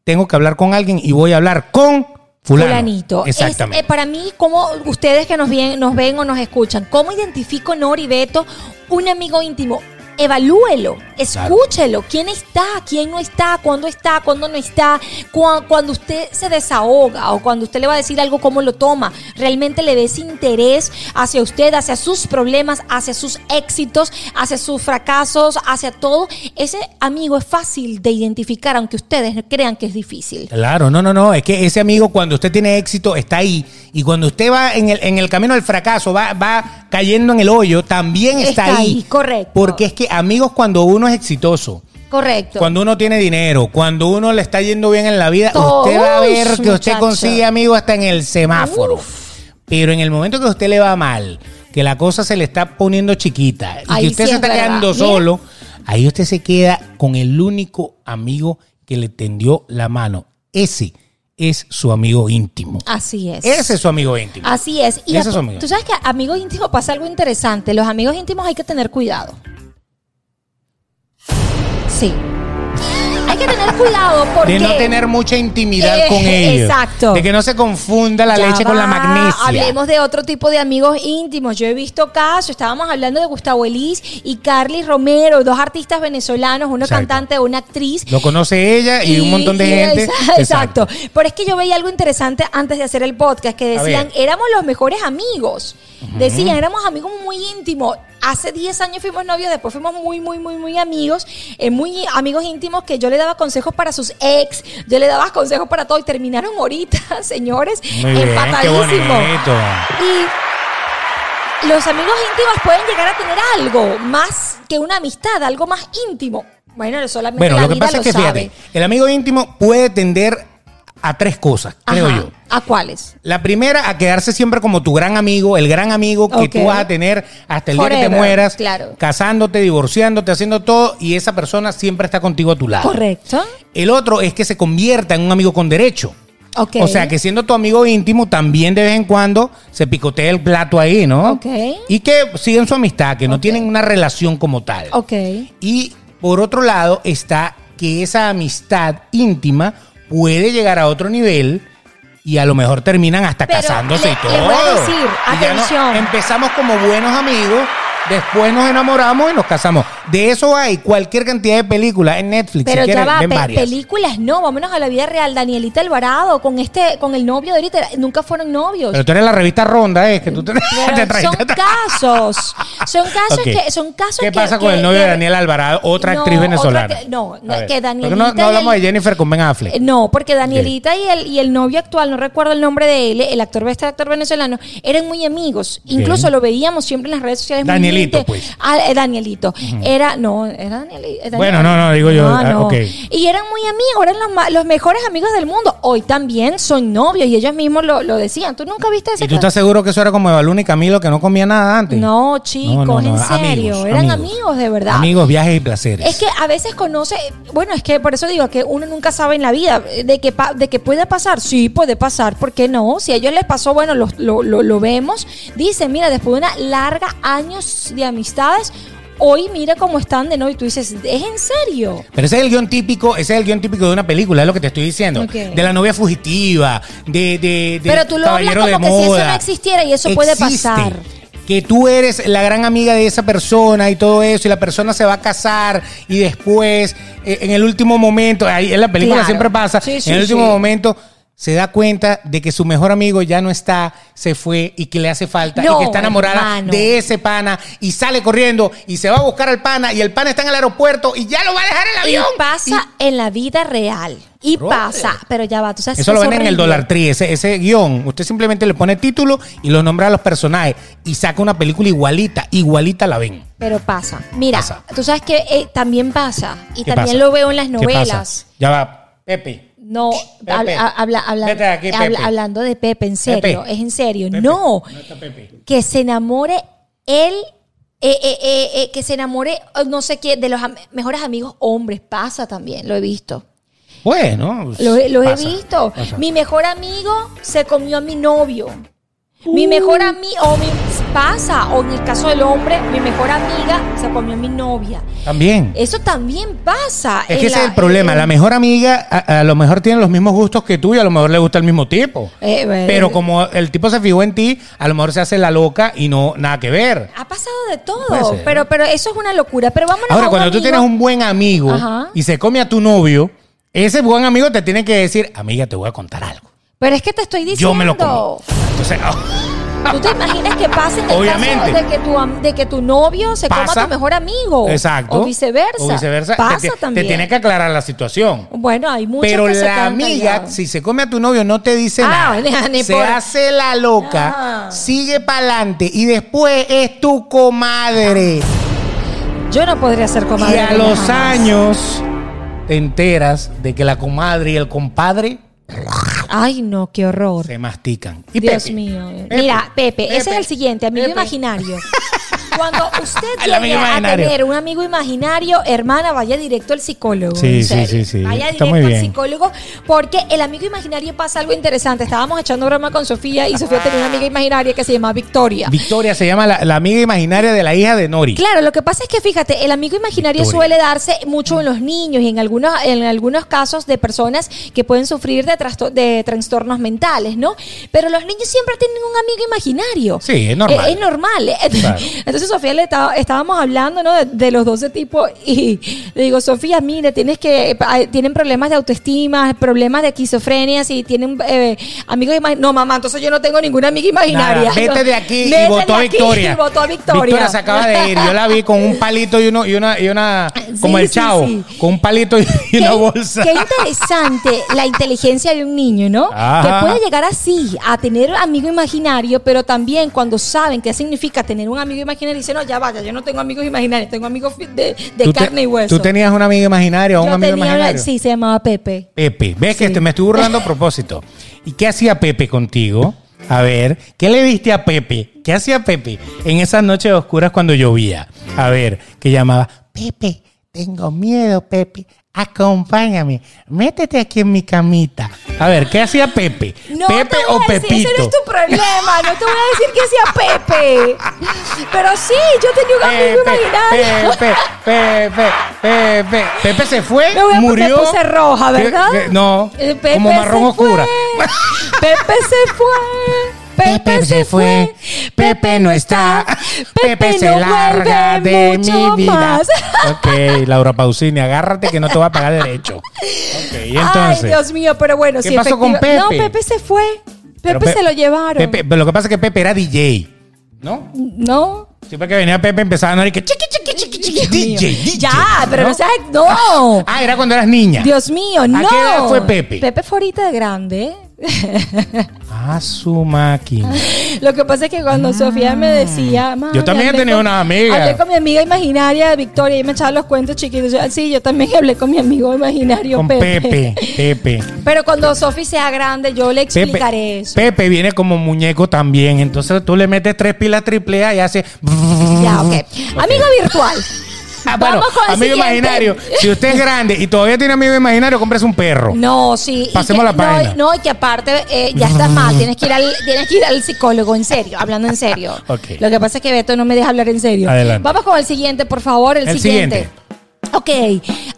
Speaker 1: tengo que hablar con alguien y voy a hablar con fulano.
Speaker 2: Fulanito. Es, eh,
Speaker 1: Exactamente.
Speaker 2: para mí, como ustedes que nos ven, nos ven o nos escuchan, ¿cómo identifico Nori Beto, un amigo íntimo? evalúelo, escúchelo, quién está, quién no está, cuándo está, cuándo no está, cua- cuando usted se desahoga o cuando usted le va a decir algo, cómo lo toma, realmente le des interés hacia usted, hacia sus problemas, hacia sus éxitos, hacia sus fracasos, hacia todo. Ese amigo es fácil de identificar, aunque ustedes crean que es difícil.
Speaker 1: Claro, no, no, no. Es que ese amigo, cuando usted tiene éxito, está ahí. Y cuando usted va en el, en el camino al fracaso, va, va cayendo en el hoyo, también está,
Speaker 2: Está ahí, correcto.
Speaker 1: Porque es que, amigos, cuando uno es exitoso,
Speaker 2: Correcto.
Speaker 1: cuando uno tiene dinero, cuando uno le está yendo bien en la vida,
Speaker 2: Todos,
Speaker 1: usted va a ver que usted
Speaker 2: muchacho.
Speaker 1: consigue amigos hasta en el semáforo.
Speaker 2: Uf.
Speaker 1: Pero en el momento que a usted le va mal, que la cosa se le está poniendo chiquita y
Speaker 2: Ahí
Speaker 1: que usted
Speaker 2: sí
Speaker 1: se
Speaker 2: es
Speaker 1: está
Speaker 2: verdad.
Speaker 1: quedando
Speaker 2: Mira.
Speaker 1: solo, ahí usted se queda con el único amigo que le tendió la mano. Ese es su amigo íntimo.
Speaker 2: Así es.
Speaker 1: Ese es su amigo íntimo.
Speaker 2: Así es. Y
Speaker 1: Ese
Speaker 2: a-
Speaker 1: es amigo.
Speaker 2: tú sabes que amigos íntimos pasa algo interesante. Los amigos íntimos hay que tener cuidado. Sí. Hay que tener cuidado porque
Speaker 1: de no tener mucha intimidad
Speaker 2: Eh,
Speaker 1: con ellos.
Speaker 2: exacto.
Speaker 1: De que no se confunda la
Speaker 2: Ya
Speaker 1: leche con la
Speaker 2: va.
Speaker 1: magnesia.
Speaker 2: Hablemos de otro tipo de amigos íntimos. Yo he visto casos, estábamos hablando de Gustavo Elis y Carly Romero, dos artistas venezolanos, uno
Speaker 1: Exacto.
Speaker 2: cantante, una actriz.
Speaker 1: Lo conoce ella y, un montón de
Speaker 2: y-
Speaker 1: gente.
Speaker 2: exa- Exacto. Pero es que yo veía algo interesante antes de hacer el podcast que
Speaker 1: A
Speaker 2: decían,
Speaker 1: ver.
Speaker 2: éramos los mejores amigos. Decían, éramos amigos muy íntimos. Hace 10 años fuimos novios, después fuimos muy, muy, muy, muy amigos, eh, muy amigos íntimos que yo le daba consejos para sus ex, yo le daba consejos para todo y terminaron ahorita, señores,
Speaker 1: Muy bien, qué
Speaker 2: empatadísimo.
Speaker 1: bonito.
Speaker 2: Y los amigos íntimos pueden llegar a tener algo más que una amistad, algo más íntimo. Bueno, solamente
Speaker 1: Bueno,
Speaker 2: la
Speaker 1: lo que
Speaker 2: vida
Speaker 1: pasa
Speaker 2: lo
Speaker 1: es que
Speaker 2: sabe.
Speaker 1: fíjate, el amigo íntimo puede tender a tres cosas, creo
Speaker 2: Ajá.
Speaker 1: yo.
Speaker 2: ¿A cuáles?
Speaker 1: La primera, a quedarse siempre como tu gran amigo, el gran amigo que
Speaker 2: Ok.
Speaker 1: tú vas a tener hasta el día que te
Speaker 2: Forever,
Speaker 1: mueras,
Speaker 2: claro.
Speaker 1: casándote, divorciándote, haciendo todo, y esa persona siempre está contigo a tu lado.
Speaker 2: Correcto.
Speaker 1: El otro es que se convierta en un amigo con derecho.
Speaker 2: Ok.
Speaker 1: O sea, que siendo tu amigo íntimo, también de vez en cuando se picotea el plato ahí, ¿no?
Speaker 2: Ok.
Speaker 1: Y que siguen su amistad, que no
Speaker 2: Ok.
Speaker 1: tienen una relación como tal.
Speaker 2: Ok.
Speaker 1: Y por otro lado está que esa amistad íntima puede llegar a otro nivel y a lo mejor terminan hasta
Speaker 2: Pero
Speaker 1: casándose
Speaker 2: le-
Speaker 1: y todo.
Speaker 2: les voy a decir,
Speaker 1: Y ya no-
Speaker 2: atención.
Speaker 1: empezamos como buenos amigos, después nos enamoramos y nos casamos. De eso hay cualquier cantidad de películas en Netflix.
Speaker 2: Pero
Speaker 1: si
Speaker 2: ya
Speaker 1: quieren,
Speaker 2: va,
Speaker 1: ven
Speaker 2: pe-
Speaker 1: varias.
Speaker 2: películas no, vámonos a la vida real. Danielita Alvarado con este, con el novio de ahorita, nunca fueron novios.
Speaker 1: Pero tú eres la revista Ronda, es que tú te,
Speaker 2: Pero
Speaker 1: te traes-
Speaker 2: son casos, son casos
Speaker 1: Ok.
Speaker 2: que, son casos
Speaker 1: ¿Qué
Speaker 2: que-
Speaker 1: pasa con
Speaker 2: que-
Speaker 1: el novio de
Speaker 2: que-
Speaker 1: Daniel Alvarado, otra
Speaker 2: No,
Speaker 1: actriz
Speaker 2: otra
Speaker 1: venezolana?
Speaker 2: que- no, no,
Speaker 1: A ver,
Speaker 2: que
Speaker 1: porque No,
Speaker 2: Danielita
Speaker 1: no
Speaker 2: y
Speaker 1: hablamos
Speaker 2: el-
Speaker 1: de Jennifer con Ben Affleck.
Speaker 2: Eh, No, porque Danielita y el, y el novio actual, no recuerdo el nombre de él, el actor, este actor venezolano, eran muy amigos. Incluso
Speaker 1: Bien.
Speaker 2: lo veíamos siempre en las redes sociales. muy
Speaker 1: Danielito,
Speaker 2: gente.
Speaker 1: pues.
Speaker 2: Ah, eh, Danielito. Era, no, era Danieli- eh, Danielito.
Speaker 1: Bueno, no, no, digo yo,
Speaker 2: No,
Speaker 1: ah,
Speaker 2: no.
Speaker 1: ok.
Speaker 2: Y eran muy amigos, eran los, ma- los mejores amigos del mundo. Hoy también son novios y ellos mismos lo, lo decían. ¿Tú nunca viste ese
Speaker 1: ¿Y tú
Speaker 2: caso?
Speaker 1: estás seguro que eso era como Evaluna y Camilo que no comía nada antes?
Speaker 2: No, chicos,
Speaker 1: No, no, no,
Speaker 2: en serio.
Speaker 1: amigos,
Speaker 2: eran amigos. de verdad.
Speaker 1: Amigos, viajes y placeres.
Speaker 2: Es que a veces conoce, bueno, es que por eso digo que uno nunca sabe en la vida eh, de que, pa- de que puede pasar. Sí, puede pasar, ¿por qué no? Si a ellos les pasó, bueno, lo, lo, lo- lo vemos. Dicen, mira, después de una larga años de amistades, hoy mira cómo están de nuevo. Y tú dices, ¿es en serio?
Speaker 1: Pero ese es el guión típico, ese es el guión típico de una película, es lo que te estoy diciendo.
Speaker 2: Ok.
Speaker 1: De la novia fugitiva, de, de, de
Speaker 2: Pero tú lo hablas
Speaker 1: caballero de
Speaker 2: como que si eso
Speaker 1: moda.
Speaker 2: no existiera y eso puede pasar.
Speaker 1: Que tú eres la gran amiga de esa persona y todo eso, y la persona se va a casar y después, eh, en el último momento, ahí en la película
Speaker 2: Claro.
Speaker 1: siempre pasa,
Speaker 2: Sí, sí,
Speaker 1: en el último
Speaker 2: sí.
Speaker 1: momento se da cuenta de que su mejor amigo ya no está, se fue y que le hace falta y
Speaker 2: No,
Speaker 1: que está enamorada
Speaker 2: hermano.
Speaker 1: de ese pana y sale corriendo y se va a buscar al pana y el pana está en el aeropuerto y ya lo va a dejar en el
Speaker 2: Y
Speaker 1: avión.
Speaker 2: pasa en la vida real. Y pasa, pero ya va, tú sabes
Speaker 1: Eso
Speaker 2: que
Speaker 1: lo
Speaker 2: es
Speaker 1: venden en el
Speaker 2: horrible.
Speaker 1: Dollar Tree, ese, ese guión. Usted simplemente le pone título y lo nombra a los personajes y saca una película igualita, igualita la ven.
Speaker 2: Pero pasa. Mira,
Speaker 1: Pasa.
Speaker 2: tú sabes que eh, también pasa. Y
Speaker 1: ¿Qué
Speaker 2: también
Speaker 1: pasa?
Speaker 2: lo veo en las
Speaker 1: ¿Qué
Speaker 2: novelas.
Speaker 1: pasa? Ya va, Pepe.
Speaker 2: No,
Speaker 1: Pepe.
Speaker 2: habla- ha- habla- habla-
Speaker 1: Vete de aquí,
Speaker 2: habla-
Speaker 1: Pepe.
Speaker 2: hablando de Pepe, en serio,
Speaker 1: Pepe.
Speaker 2: es en serio.
Speaker 1: Pepe.
Speaker 2: No,
Speaker 1: No está Pepe.
Speaker 2: que se enamore él, eh, eh, eh, eh, que se enamore, eh, no sé qué, de los am- mejores amigos hombres. Pasa también, lo he visto.
Speaker 1: Bueno, pues,
Speaker 2: Lo, he- lo he
Speaker 1: pasa,
Speaker 2: visto.
Speaker 1: pasa.
Speaker 2: Mi mejor amigo se comió a mi novio.
Speaker 1: Uh.
Speaker 2: Mi mejor amiga, o mi pasa, o en el caso del hombre, mi mejor amiga se comió a mi novia.
Speaker 1: También.
Speaker 2: Eso también pasa.
Speaker 1: Es
Speaker 2: eh, en
Speaker 1: que ese
Speaker 2: la-
Speaker 1: es el problema.
Speaker 2: en-
Speaker 1: La mejor amiga a, a lo mejor tiene los mismos gustos que tú y a lo mejor le gusta el mismo tipo.
Speaker 2: Eh, bueno.
Speaker 1: Pero como el tipo se fijó en ti, a lo mejor se hace la loca y no nada que ver.
Speaker 2: Ha pasado de
Speaker 1: Puede
Speaker 2: todo,
Speaker 1: ser.
Speaker 2: pero, pero eso es una locura. Pero vámonos a
Speaker 1: Ahora,
Speaker 2: un
Speaker 1: cuando tú
Speaker 2: amigo-
Speaker 1: tienes un buen amigo
Speaker 2: Ajá.
Speaker 1: y se come a tu novio, ese buen amigo te tiene que decir, amiga, te voy a contar algo.
Speaker 2: Pero es que te estoy diciendo.
Speaker 1: Yo me lo como. Entonces,
Speaker 2: ¿Tú te imaginas que pasa en el
Speaker 1: Obviamente.
Speaker 2: caso de que, tu, am- de que tu novio se coma
Speaker 1: Pasa.
Speaker 2: a tu mejor amigo?
Speaker 1: exacto.
Speaker 2: O viceversa.
Speaker 1: O viceversa.
Speaker 2: Pasa
Speaker 1: te, ti-
Speaker 2: también.
Speaker 1: Te tiene que aclarar la situación.
Speaker 2: Bueno, hay muchos
Speaker 1: Pero
Speaker 2: que se
Speaker 1: la
Speaker 2: quedan
Speaker 1: amiga,
Speaker 2: callados.
Speaker 1: si se come a tu novio, no te dice
Speaker 2: Ah,
Speaker 1: nada.
Speaker 2: ni- ni
Speaker 1: se
Speaker 2: por-
Speaker 1: hace la loca,
Speaker 2: Ah.
Speaker 1: sigue para adelante y después es tu comadre.
Speaker 2: Yo no podría ser comadre.
Speaker 1: y a
Speaker 2: de
Speaker 1: los
Speaker 2: jamás.
Speaker 1: años te enteras de que la comadre y el compadre
Speaker 2: Ay, no, qué horror.
Speaker 1: se mastican. Y
Speaker 2: Dios
Speaker 1: Pepe.
Speaker 2: mío.
Speaker 1: Pepe.
Speaker 2: Mira, Pepe, ese
Speaker 1: Pepe.
Speaker 2: es el siguiente, amigo
Speaker 1: Pepe.
Speaker 2: imaginario. Cuando usted
Speaker 1: El amigo
Speaker 2: llegue a
Speaker 1: imaginario.
Speaker 2: tener un amigo imaginario, hermana, vaya directo al psicólogo.
Speaker 1: Sí,
Speaker 2: en
Speaker 1: sí,
Speaker 2: serio.
Speaker 1: sí, sí.
Speaker 2: Vaya
Speaker 1: Está
Speaker 2: directo
Speaker 1: muy
Speaker 2: al
Speaker 1: bien.
Speaker 2: psicólogo porque el amigo imaginario pasa algo interesante. Estábamos echando broma con Sofía y Sofía tenía una amiga imaginaria que se llamaba Victoria.
Speaker 1: Victoria se llama la, la amiga imaginaria de la hija de Nori.
Speaker 2: Claro, lo que pasa es que fíjate, el amigo imaginario
Speaker 1: Victoria.
Speaker 2: suele darse mucho en los niños y en algunos, en algunos casos de personas que pueden sufrir de, trasto- de trastornos mentales, ¿no? Pero los niños siempre tienen un amigo imaginario.
Speaker 1: Sí, es normal.
Speaker 2: Eh, Es, normal. eh.
Speaker 1: Claro.
Speaker 2: Entonces, Sofía, le estaba- estábamos hablando, ¿no? De, de los 12 tipos y le digo, Sofía, mira, tienes que, ah, tienen problemas de autoestima, problemas de esquizofrenia, si tienen eh, amigos imaginarios. No, mamá, entonces yo no tengo ninguna amiga imaginaria.
Speaker 1: Nada, vete de aquí
Speaker 2: Vete
Speaker 1: y votó a
Speaker 2: de aquí
Speaker 1: Victoria.
Speaker 2: y votó a Victoria.
Speaker 1: Victoria se acaba de ir. Yo la vi con un palito y uno, y una, y una como
Speaker 2: Sí,
Speaker 1: el
Speaker 2: sí,
Speaker 1: chavo,
Speaker 2: sí.
Speaker 1: con un palito y, y una bolsa.
Speaker 2: qué interesante la inteligencia de un niño, ¿no?
Speaker 1: Ajá.
Speaker 2: Que puede llegar así, a tener amigo imaginario, pero también cuando saben qué significa tener un amigo imaginario, dicen, no, ya vaya, yo no tengo amigos imaginarios, tengo amigos fi- de, de
Speaker 1: Tú te-
Speaker 2: carne y hueso.
Speaker 1: Tú tenías un amigo imaginario o un
Speaker 2: Yo
Speaker 1: amigo
Speaker 2: tenía una-
Speaker 1: imaginario.
Speaker 2: sí, se llamaba Pepe.
Speaker 1: Pepe, ves que
Speaker 2: Sí.
Speaker 1: te- me estoy burlando a propósito. ¿Y qué hacía Pepe contigo? A ver, ¿qué le diste a Pepe? ¿Qué hacía Pepe en esas noches oscuras cuando llovía? A ver, que llamaba, Pepe, tengo miedo, Pepe, acompáñame, métete aquí en mi camita. A ver, ¿qué hacía Pepe? ¿Pepe
Speaker 2: te voy
Speaker 1: o
Speaker 2: a decir,
Speaker 1: Pepito?
Speaker 2: Ese no es tu problema. No te voy a decir que sea Pepe. Pero sí, yo tenía
Speaker 1: Eh,
Speaker 2: un amigo
Speaker 1: Pepe,
Speaker 2: imaginario.
Speaker 1: Pepe, Pepe, Pepe. Pepe se fue,
Speaker 2: Me voy a
Speaker 1: murió.
Speaker 2: me puse roja, ¿verdad?
Speaker 1: Que- que- no,
Speaker 2: Eh, Pepe
Speaker 1: como
Speaker 2: se
Speaker 1: marrón
Speaker 2: fue.
Speaker 1: oscura.
Speaker 2: Pepe se fue. Pepe, se fue.
Speaker 1: Pepe no está, Pepe se
Speaker 2: no
Speaker 1: larga
Speaker 2: vuelve
Speaker 1: de mi
Speaker 2: mucho
Speaker 1: vida.
Speaker 2: más.
Speaker 1: Ok, Laura Pausini, agárrate que no te va a pagar derecho. Ok, y
Speaker 2: Ay,
Speaker 1: entonces.
Speaker 2: Dios mío, pero bueno,
Speaker 1: ¿Qué
Speaker 2: sí,
Speaker 1: pasó con
Speaker 2: efectiva-
Speaker 1: Pepe?
Speaker 2: No, Pepe se fue. Pepe
Speaker 1: Pero Pe-
Speaker 2: se lo llevaron.
Speaker 1: Pepe- pero lo que pasa es que Pepe era DJ, ¿no?
Speaker 2: No.
Speaker 1: Siempre que venía Pepe empezaba a no y que chiqui, chiqui, chiqui, chiqui,
Speaker 2: Dios mío.
Speaker 1: DJ, DJ.
Speaker 2: Ya, pero no seas. No.
Speaker 1: Ah, era cuando eras niña.
Speaker 2: Dios mío, no.
Speaker 1: qué edad fue Pepe?
Speaker 2: Pepe fue ahorita de grande.
Speaker 1: Ah, su máquina.
Speaker 2: Lo que pasa es que cuando Sofía me decía, "Mami,
Speaker 1: Ah. Yo también he
Speaker 2: hablé
Speaker 1: tenido
Speaker 2: con-
Speaker 1: una amiga".
Speaker 2: Hablé con mi amiga imaginaria Victoria y me echaba los cuentos chiquitos. Yo, sí, yo también hablé con mi amigo imaginario
Speaker 1: Con
Speaker 2: Pepe.
Speaker 1: Pepe, Pepe.
Speaker 2: Pero cuando Sofía sea grande, yo le
Speaker 1: Pepe,
Speaker 2: explicaré eso.
Speaker 1: Pepe viene como muñeco también. Entonces tú le metes tres pilas triple A y hace.
Speaker 2: Ya, ok. Amigo virtual.
Speaker 1: Ah, bueno,
Speaker 2: Vamos con el
Speaker 1: amigo
Speaker 2: siguiente.
Speaker 1: imaginario. Si usted es grande y todavía tiene amigo imaginario, cómprese un perro.
Speaker 2: No, sí. y
Speaker 1: Pasemos
Speaker 2: que-
Speaker 1: la
Speaker 2: no,
Speaker 1: página.
Speaker 2: No, y que aparte eh, ya está mal. Tienes que, ir al, tienes que ir al psicólogo, en serio, hablando en serio.
Speaker 1: Ok.
Speaker 2: Lo que pasa es que Beto no me deja hablar en serio.
Speaker 1: Adelante.
Speaker 2: Vamos con el siguiente, por favor. El,
Speaker 1: El
Speaker 2: siguiente. Ok,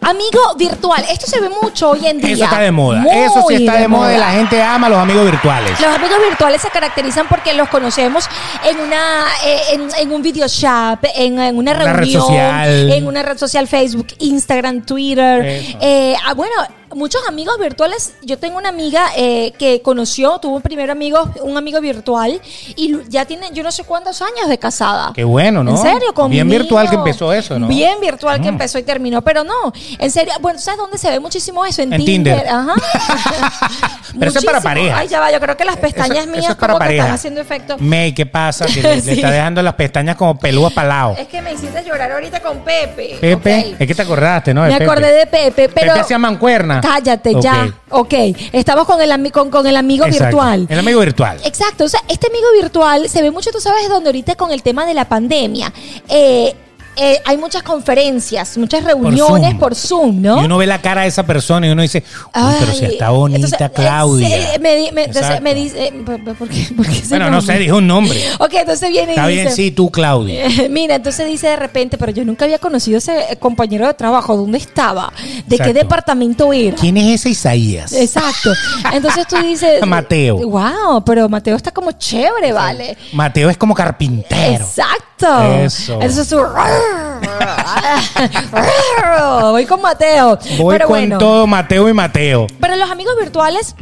Speaker 2: amigo virtual. Esto se ve mucho hoy en día.
Speaker 1: Eso está de moda.
Speaker 2: Muy
Speaker 1: Eso sí está de, moda. y La gente ama a los amigos virtuales.
Speaker 2: Los amigos virtuales se caracterizan porque los conocemos en una eh, en, en un video chat, en, en una
Speaker 1: Una red
Speaker 2: reunión,
Speaker 1: social.
Speaker 2: en una red social, Facebook, Instagram, Twitter.
Speaker 1: Eso.
Speaker 2: Eh, ah, bueno, muchos amigos virtuales. Yo tengo una amiga eh, que conoció, tuvo un primer amigo, un amigo virtual y lu- ya tiene yo no sé cuántos años de casada.
Speaker 1: Qué bueno, ¿no?
Speaker 2: En serio, con
Speaker 1: Bien
Speaker 2: mi
Speaker 1: virtual
Speaker 2: niño.
Speaker 1: que empezó eso, ¿no?
Speaker 2: Bien virtual que
Speaker 1: Mm.
Speaker 2: empezó y terminó, pero no. En serio, bueno, ¿sabes dónde se ve muchísimo eso? En,
Speaker 1: En Tinder.
Speaker 2: Ajá.
Speaker 1: Pero eso es para
Speaker 2: Muchísimo.
Speaker 1: parejas.
Speaker 2: Ay, ya va, yo creo que las pestañas
Speaker 1: Eso-
Speaker 2: mías
Speaker 1: eso es para
Speaker 2: como que
Speaker 1: pareja. Mm.
Speaker 2: están haciendo efecto.
Speaker 1: May, ¿qué pasa? Que le, le
Speaker 2: Sí.
Speaker 1: está dejando las pestañas como pelúa para lado.
Speaker 2: Es que me hiciste llorar ahorita con Pepe.
Speaker 1: Pepe,
Speaker 2: Ok.
Speaker 1: es que te acordaste, ¿no? de
Speaker 2: Me
Speaker 1: Pepe?
Speaker 2: acordé de Pepe, pero.
Speaker 1: Pepe hacía mancuerna.
Speaker 2: Cállate
Speaker 1: Ok.
Speaker 2: ya. Ok. Estamos con el, ami- con, con el amigo
Speaker 1: Exacto.
Speaker 2: virtual.
Speaker 1: El amigo virtual.
Speaker 2: Exacto, o sea, este amigo virtual se ve mucho, tú sabes, donde ahorita con el tema de la pandemia. eh, eh, hay muchas conferencias, muchas reuniones
Speaker 1: Zoom.
Speaker 2: por Zoom, ¿no?
Speaker 1: Y uno ve la cara de esa persona y uno dice, "Uy, pero si
Speaker 2: Ay,
Speaker 1: está bonita
Speaker 2: entonces, eh,
Speaker 1: Claudia.
Speaker 2: sí, me, di- me- entonces
Speaker 1: Exacto.
Speaker 2: me dice, eh, ¿por, por- por qué, por qué ese
Speaker 1: bueno, no sé,
Speaker 2: nombre?
Speaker 1: dijo un nombre.
Speaker 2: Ok, entonces viene y
Speaker 1: Está
Speaker 2: dice,
Speaker 1: bien, sí, tú, Claudia.
Speaker 2: Mira, entonces dice de repente, pero yo nunca había conocido a ese eh, compañero de trabajo, ¿dónde estaba? ¿De
Speaker 1: Exacto.
Speaker 2: qué departamento era?
Speaker 1: ¿Quién es ese Isaías?
Speaker 2: Exacto. Entonces tú dices,
Speaker 1: Mateo.
Speaker 2: Wow, pero Mateo está como chévere, ¿vale?
Speaker 1: Mateo es como carpintero.
Speaker 2: Exacto.
Speaker 1: Eso.
Speaker 2: Entonces tú, voy con Mateo.
Speaker 1: Voy
Speaker 2: pero
Speaker 1: con
Speaker 2: bueno,
Speaker 1: todo Mateo y Mateo.
Speaker 2: pero los amigos virtuales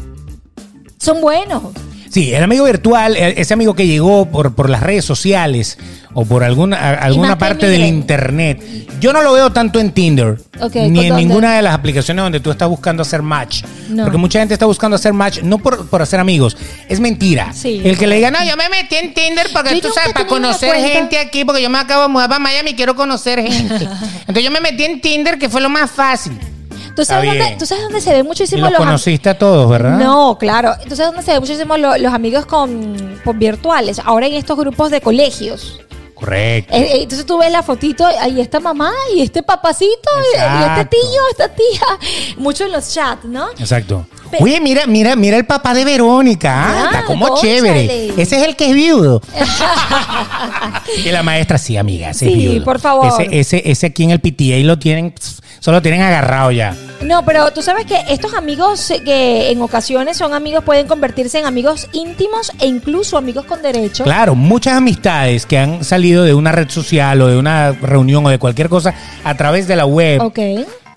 Speaker 2: son buenos.
Speaker 1: Sí, el amigo virtual, e- ese amigo que llegó por, por las redes sociales o por alguna, a- alguna
Speaker 2: más que
Speaker 1: parte del
Speaker 2: miren.
Speaker 1: internet. Yo no lo veo tanto en Tinder,
Speaker 2: Ok,
Speaker 1: ni
Speaker 2: ¿con
Speaker 1: en
Speaker 2: dónde?
Speaker 1: ninguna de las aplicaciones donde tú estás buscando hacer match.
Speaker 2: No.
Speaker 1: Porque mucha gente está buscando hacer match no por, por hacer amigos, es mentira.
Speaker 2: Sí.
Speaker 1: El que le diga, no, yo me metí en Tinder porque
Speaker 2: Yo
Speaker 1: tú
Speaker 2: nunca
Speaker 1: sabes,
Speaker 2: he
Speaker 1: para
Speaker 2: tenido una
Speaker 1: conocer
Speaker 2: cuenta.
Speaker 1: gente aquí, porque yo me acabo de mudar para Miami y quiero conocer gente. Entonces yo me metí en Tinder, que fue lo más fácil.
Speaker 2: ¿Tú sabes,
Speaker 1: bien.
Speaker 2: dónde, tú sabes dónde se ve
Speaker 1: Y
Speaker 2: muchísimo
Speaker 1: los
Speaker 2: los am-
Speaker 1: conociste a todos, ¿verdad?
Speaker 2: No, claro. ¿Tú sabes dónde se ve muchísimo lo- los amigos con, con virtuales? Ahora en estos grupos de colegios.
Speaker 1: Correcto.
Speaker 2: Eh, eh, Entonces tú ves la fotito, ahí está mamá y este papacito y- y este
Speaker 1: Exacto.
Speaker 2: tío, esta tía. Mucho en los chats, ¿no?
Speaker 1: Exacto.
Speaker 2: Pe-
Speaker 1: Oye, mira, mira, mira el papá de Verónica.
Speaker 2: Ah,
Speaker 1: Anda, como
Speaker 2: cónchale.
Speaker 1: chévere. Ese es el que es viudo. y la maestra, sí, amiga, ese es
Speaker 2: Sí,
Speaker 1: viudo.
Speaker 2: por favor.
Speaker 1: Ese, ese, ese aquí en el PTA lo tienen, pss, solo tienen agarrado ya.
Speaker 2: No, pero tú sabes que estos amigos eh, que en ocasiones son amigos pueden convertirse en amigos íntimos e incluso amigos con derecho.
Speaker 1: Claro, muchas amistades que han salido de una red social o de una reunión o de cualquier cosa a través de la web,
Speaker 2: Ok.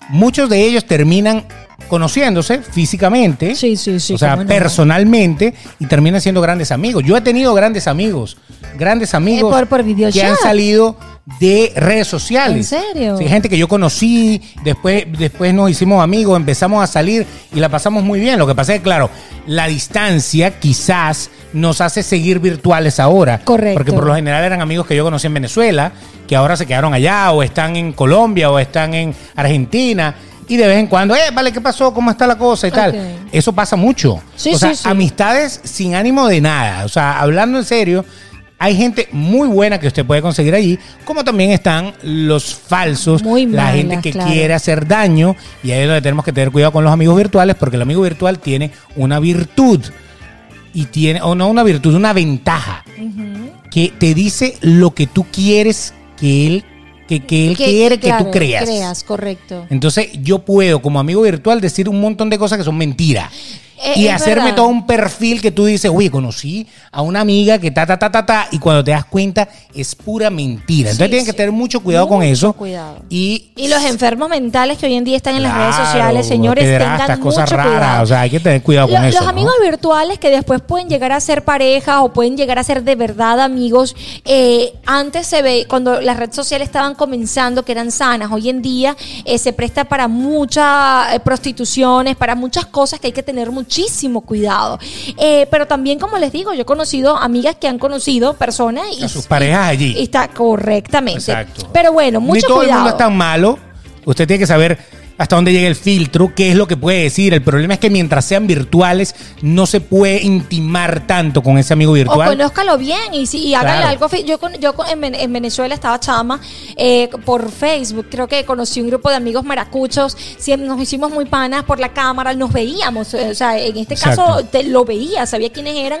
Speaker 1: muchos de ellos terminan conociéndose físicamente.
Speaker 2: Sí, sí, sí.
Speaker 1: o sea,
Speaker 2: cómo no.
Speaker 1: personalmente y terminan siendo grandes amigos. Yo he tenido grandes amigos, grandes amigos
Speaker 2: Eh, por- por
Speaker 1: que
Speaker 2: videochat.
Speaker 1: han salido de redes sociales.
Speaker 2: ¿En serio?
Speaker 1: Sí, gente que yo conocí, después, después nos hicimos amigos, empezamos a salir y la pasamos muy bien. Lo que pasa es que, claro, la distancia quizás nos hace seguir virtuales ahora.
Speaker 2: Correcto.
Speaker 1: Porque por lo general eran amigos que yo conocí en Venezuela, que ahora se quedaron allá, o están en Colombia, o están en Argentina. Y de vez en cuando, eh, vale, ¿qué pasó? ¿Cómo está la cosa? y tal.
Speaker 2: Ok.
Speaker 1: Eso pasa mucho.
Speaker 2: Sí,
Speaker 1: o sea,
Speaker 2: sí, sí.
Speaker 1: amistades sin ánimo de nada. O sea, hablando en serio, hay gente muy buena que usted puede conseguir allí, como también están los falsos,
Speaker 2: Muy
Speaker 1: la
Speaker 2: malas,
Speaker 1: gente que
Speaker 2: claro.
Speaker 1: quiere hacer daño. Y ahí es donde tenemos que tener cuidado con los amigos virtuales, porque el amigo virtual tiene una virtud. Y tiene, o no una virtud, una ventaja. Que te dice lo que tú quieres que él, que, que él
Speaker 2: Que-
Speaker 1: quiere que
Speaker 2: claro,
Speaker 1: tú creas.
Speaker 2: Creas, correcto.
Speaker 1: Entonces yo puedo como amigo virtual decir un montón de cosas que son mentiras.
Speaker 2: Eh,
Speaker 1: y
Speaker 2: es
Speaker 1: hacerme
Speaker 2: verdad.
Speaker 1: todo un perfil que tú dices, oye, conocí a una amiga que ta, ta, ta, ta, ta, y cuando te das cuenta es pura mentira. Entonces
Speaker 2: Sí,
Speaker 1: tienen
Speaker 2: sí.
Speaker 1: que tener mucho cuidado con
Speaker 2: Mucho
Speaker 1: eso.
Speaker 2: cuidado.
Speaker 1: Y,
Speaker 2: Y los enfermos mentales que hoy en día están en las
Speaker 1: Claro,
Speaker 2: redes sociales, señores,
Speaker 1: pederastas,
Speaker 2: tengan
Speaker 1: cosas
Speaker 2: mucho
Speaker 1: raras.
Speaker 2: cuidado.
Speaker 1: O sea, hay que tener cuidado con
Speaker 2: Lo-
Speaker 1: eso.
Speaker 2: Los
Speaker 1: ¿no?
Speaker 2: amigos virtuales que después pueden llegar a ser parejas o pueden llegar a ser de verdad amigos. eh, antes se ve, cuando las redes sociales estaban comenzando, que eran sanas, hoy en día eh, se presta para muchas eh, prostituciones, para muchas cosas que hay que tener muchísimo cuidado. Eh, pero también, como les digo, yo he conocido amigas que han conocido personas y
Speaker 1: A sus parejas allí.
Speaker 2: y está correctamente.
Speaker 1: Exacto.
Speaker 2: Pero bueno, mucho
Speaker 1: Ni todo
Speaker 2: cuidado.
Speaker 1: el mundo es tan malo. Usted tiene que saber hasta dónde llega el filtro, qué es lo que puede decir. El problema es que mientras sean virtuales, no se puede intimar tanto con ese amigo
Speaker 2: O
Speaker 1: virtual.
Speaker 2: conózcalo bien y, si, y hágale
Speaker 1: Claro.
Speaker 2: algo. fi- Yo, con- yo con- en, Ven- en Venezuela estaba chama eh, por Facebook. Creo que conocí un grupo de amigos maracuchos. siem- Nos hicimos muy panas por la cámara. Nos veíamos. eh, O sea, en este caso
Speaker 1: Exacto.
Speaker 2: te- lo veía, sabía quiénes eran.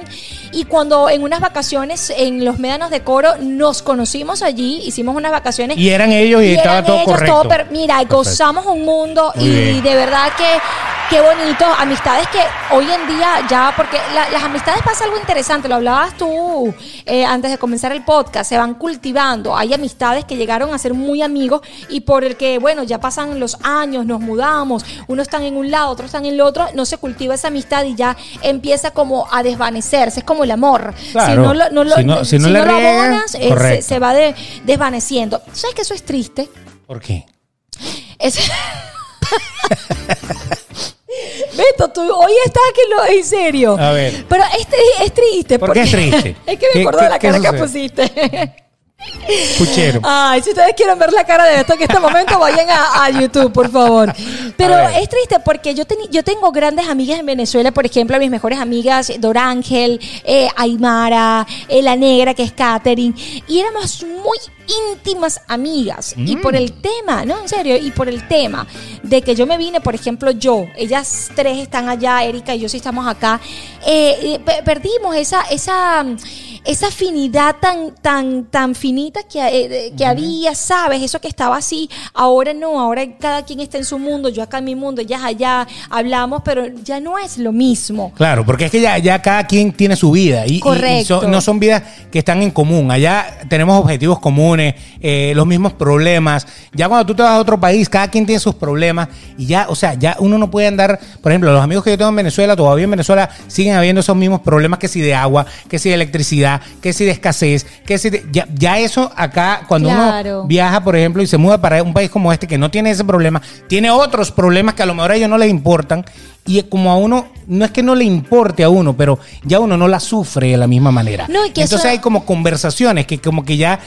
Speaker 2: Y cuando en unas vacaciones en los médanos de coro nos conocimos allí, hicimos unas vacaciones.
Speaker 1: Y eran ellos y,
Speaker 2: Y
Speaker 1: estaba
Speaker 2: eran
Speaker 1: todo
Speaker 2: ellos,
Speaker 1: correcto.
Speaker 2: todo per- mira,
Speaker 1: Perfecto.
Speaker 2: gozamos un mundo
Speaker 1: Muy
Speaker 2: y
Speaker 1: bien.
Speaker 2: de verdad que qué bonito. Amistades que hoy en día ya, porque la- las amistades pasa algo interesante, lo hablabas tú eh, antes de comenzar el podcast, se van cultivando. Hay amistades que llegaron a ser muy amigos y por el que, bueno, ya pasan los años, nos mudamos, unos están en un lado, otros están en el otro, no se cultiva esa amistad y ya empieza como a desvanecerse, es como el amor.
Speaker 1: Claro.
Speaker 2: Si no lo, no lo-
Speaker 1: Si no- si no
Speaker 2: si
Speaker 1: la
Speaker 2: no lo
Speaker 1: riegas,
Speaker 2: abonas, eh, se- se,
Speaker 1: correcto.
Speaker 2: va de- desvaneciendo. ¿Sabes que eso es triste?
Speaker 1: ¿Por qué?
Speaker 2: Es... Beto, tú hoy estás que lo en serio.
Speaker 1: A ver.
Speaker 2: Pero este es triste.
Speaker 1: ¿Por qué es triste?
Speaker 2: es que me
Speaker 1: ¿Qué-
Speaker 2: acuerdo de
Speaker 1: qué-
Speaker 2: la
Speaker 1: qué
Speaker 2: cara que
Speaker 1: sucede?
Speaker 2: pusiste.
Speaker 1: Puchero.
Speaker 2: Ay, si ustedes quieren ver la cara de esto en este momento, vayan a, a YouTube, por favor. Pero
Speaker 1: A ver.
Speaker 2: es triste porque yo, teni- yo tengo grandes amigas en Venezuela, por ejemplo, mis mejores amigas, Dora Ángel, eh, Aymara, eh, La Negra, que es Katherine, y éramos muy íntimas amigas. Y
Speaker 1: Mm.
Speaker 2: por el tema, no, en serio, y por el tema de que yo me vine, por ejemplo, yo, ellas tres están allá, Erika y yo sí estamos acá, eh, eh, pe- perdimos esa... esa esa afinidad tan, tan, tan finita que, eh, eh, que había, ¿sabes? Eso que estaba así, ahora no, ahora cada quien está en su mundo, yo acá en mi mundo, ellas allá, hablamos, pero ya no es lo mismo.
Speaker 1: Claro, porque es que ya, ya cada quien tiene su vida y- y, y
Speaker 2: Correcto.
Speaker 1: son- no son vidas que están en común. Allá tenemos objetivos comunes, eh, los mismos problemas. Ya cuando tú te vas a otro país, cada quien tiene sus problemas y ya, o sea, ya uno no puede andar, por ejemplo, los amigos que yo tengo en Venezuela, todavía en Venezuela siguen habiendo esos mismos problemas que si de agua, que si de electricidad, que si de escasez, que si de- ya, ya eso acá cuando
Speaker 2: Claro.
Speaker 1: uno viaja, por ejemplo, y se muda para un país como este que no tiene ese problema, tiene otros problemas que a lo mejor a ellos no les importan. Y como a uno, no es que no le importe a uno, pero ya uno no la sufre de la misma manera.
Speaker 2: No, y que
Speaker 1: Entonces
Speaker 2: eso-
Speaker 1: hay como conversaciones que como que ya,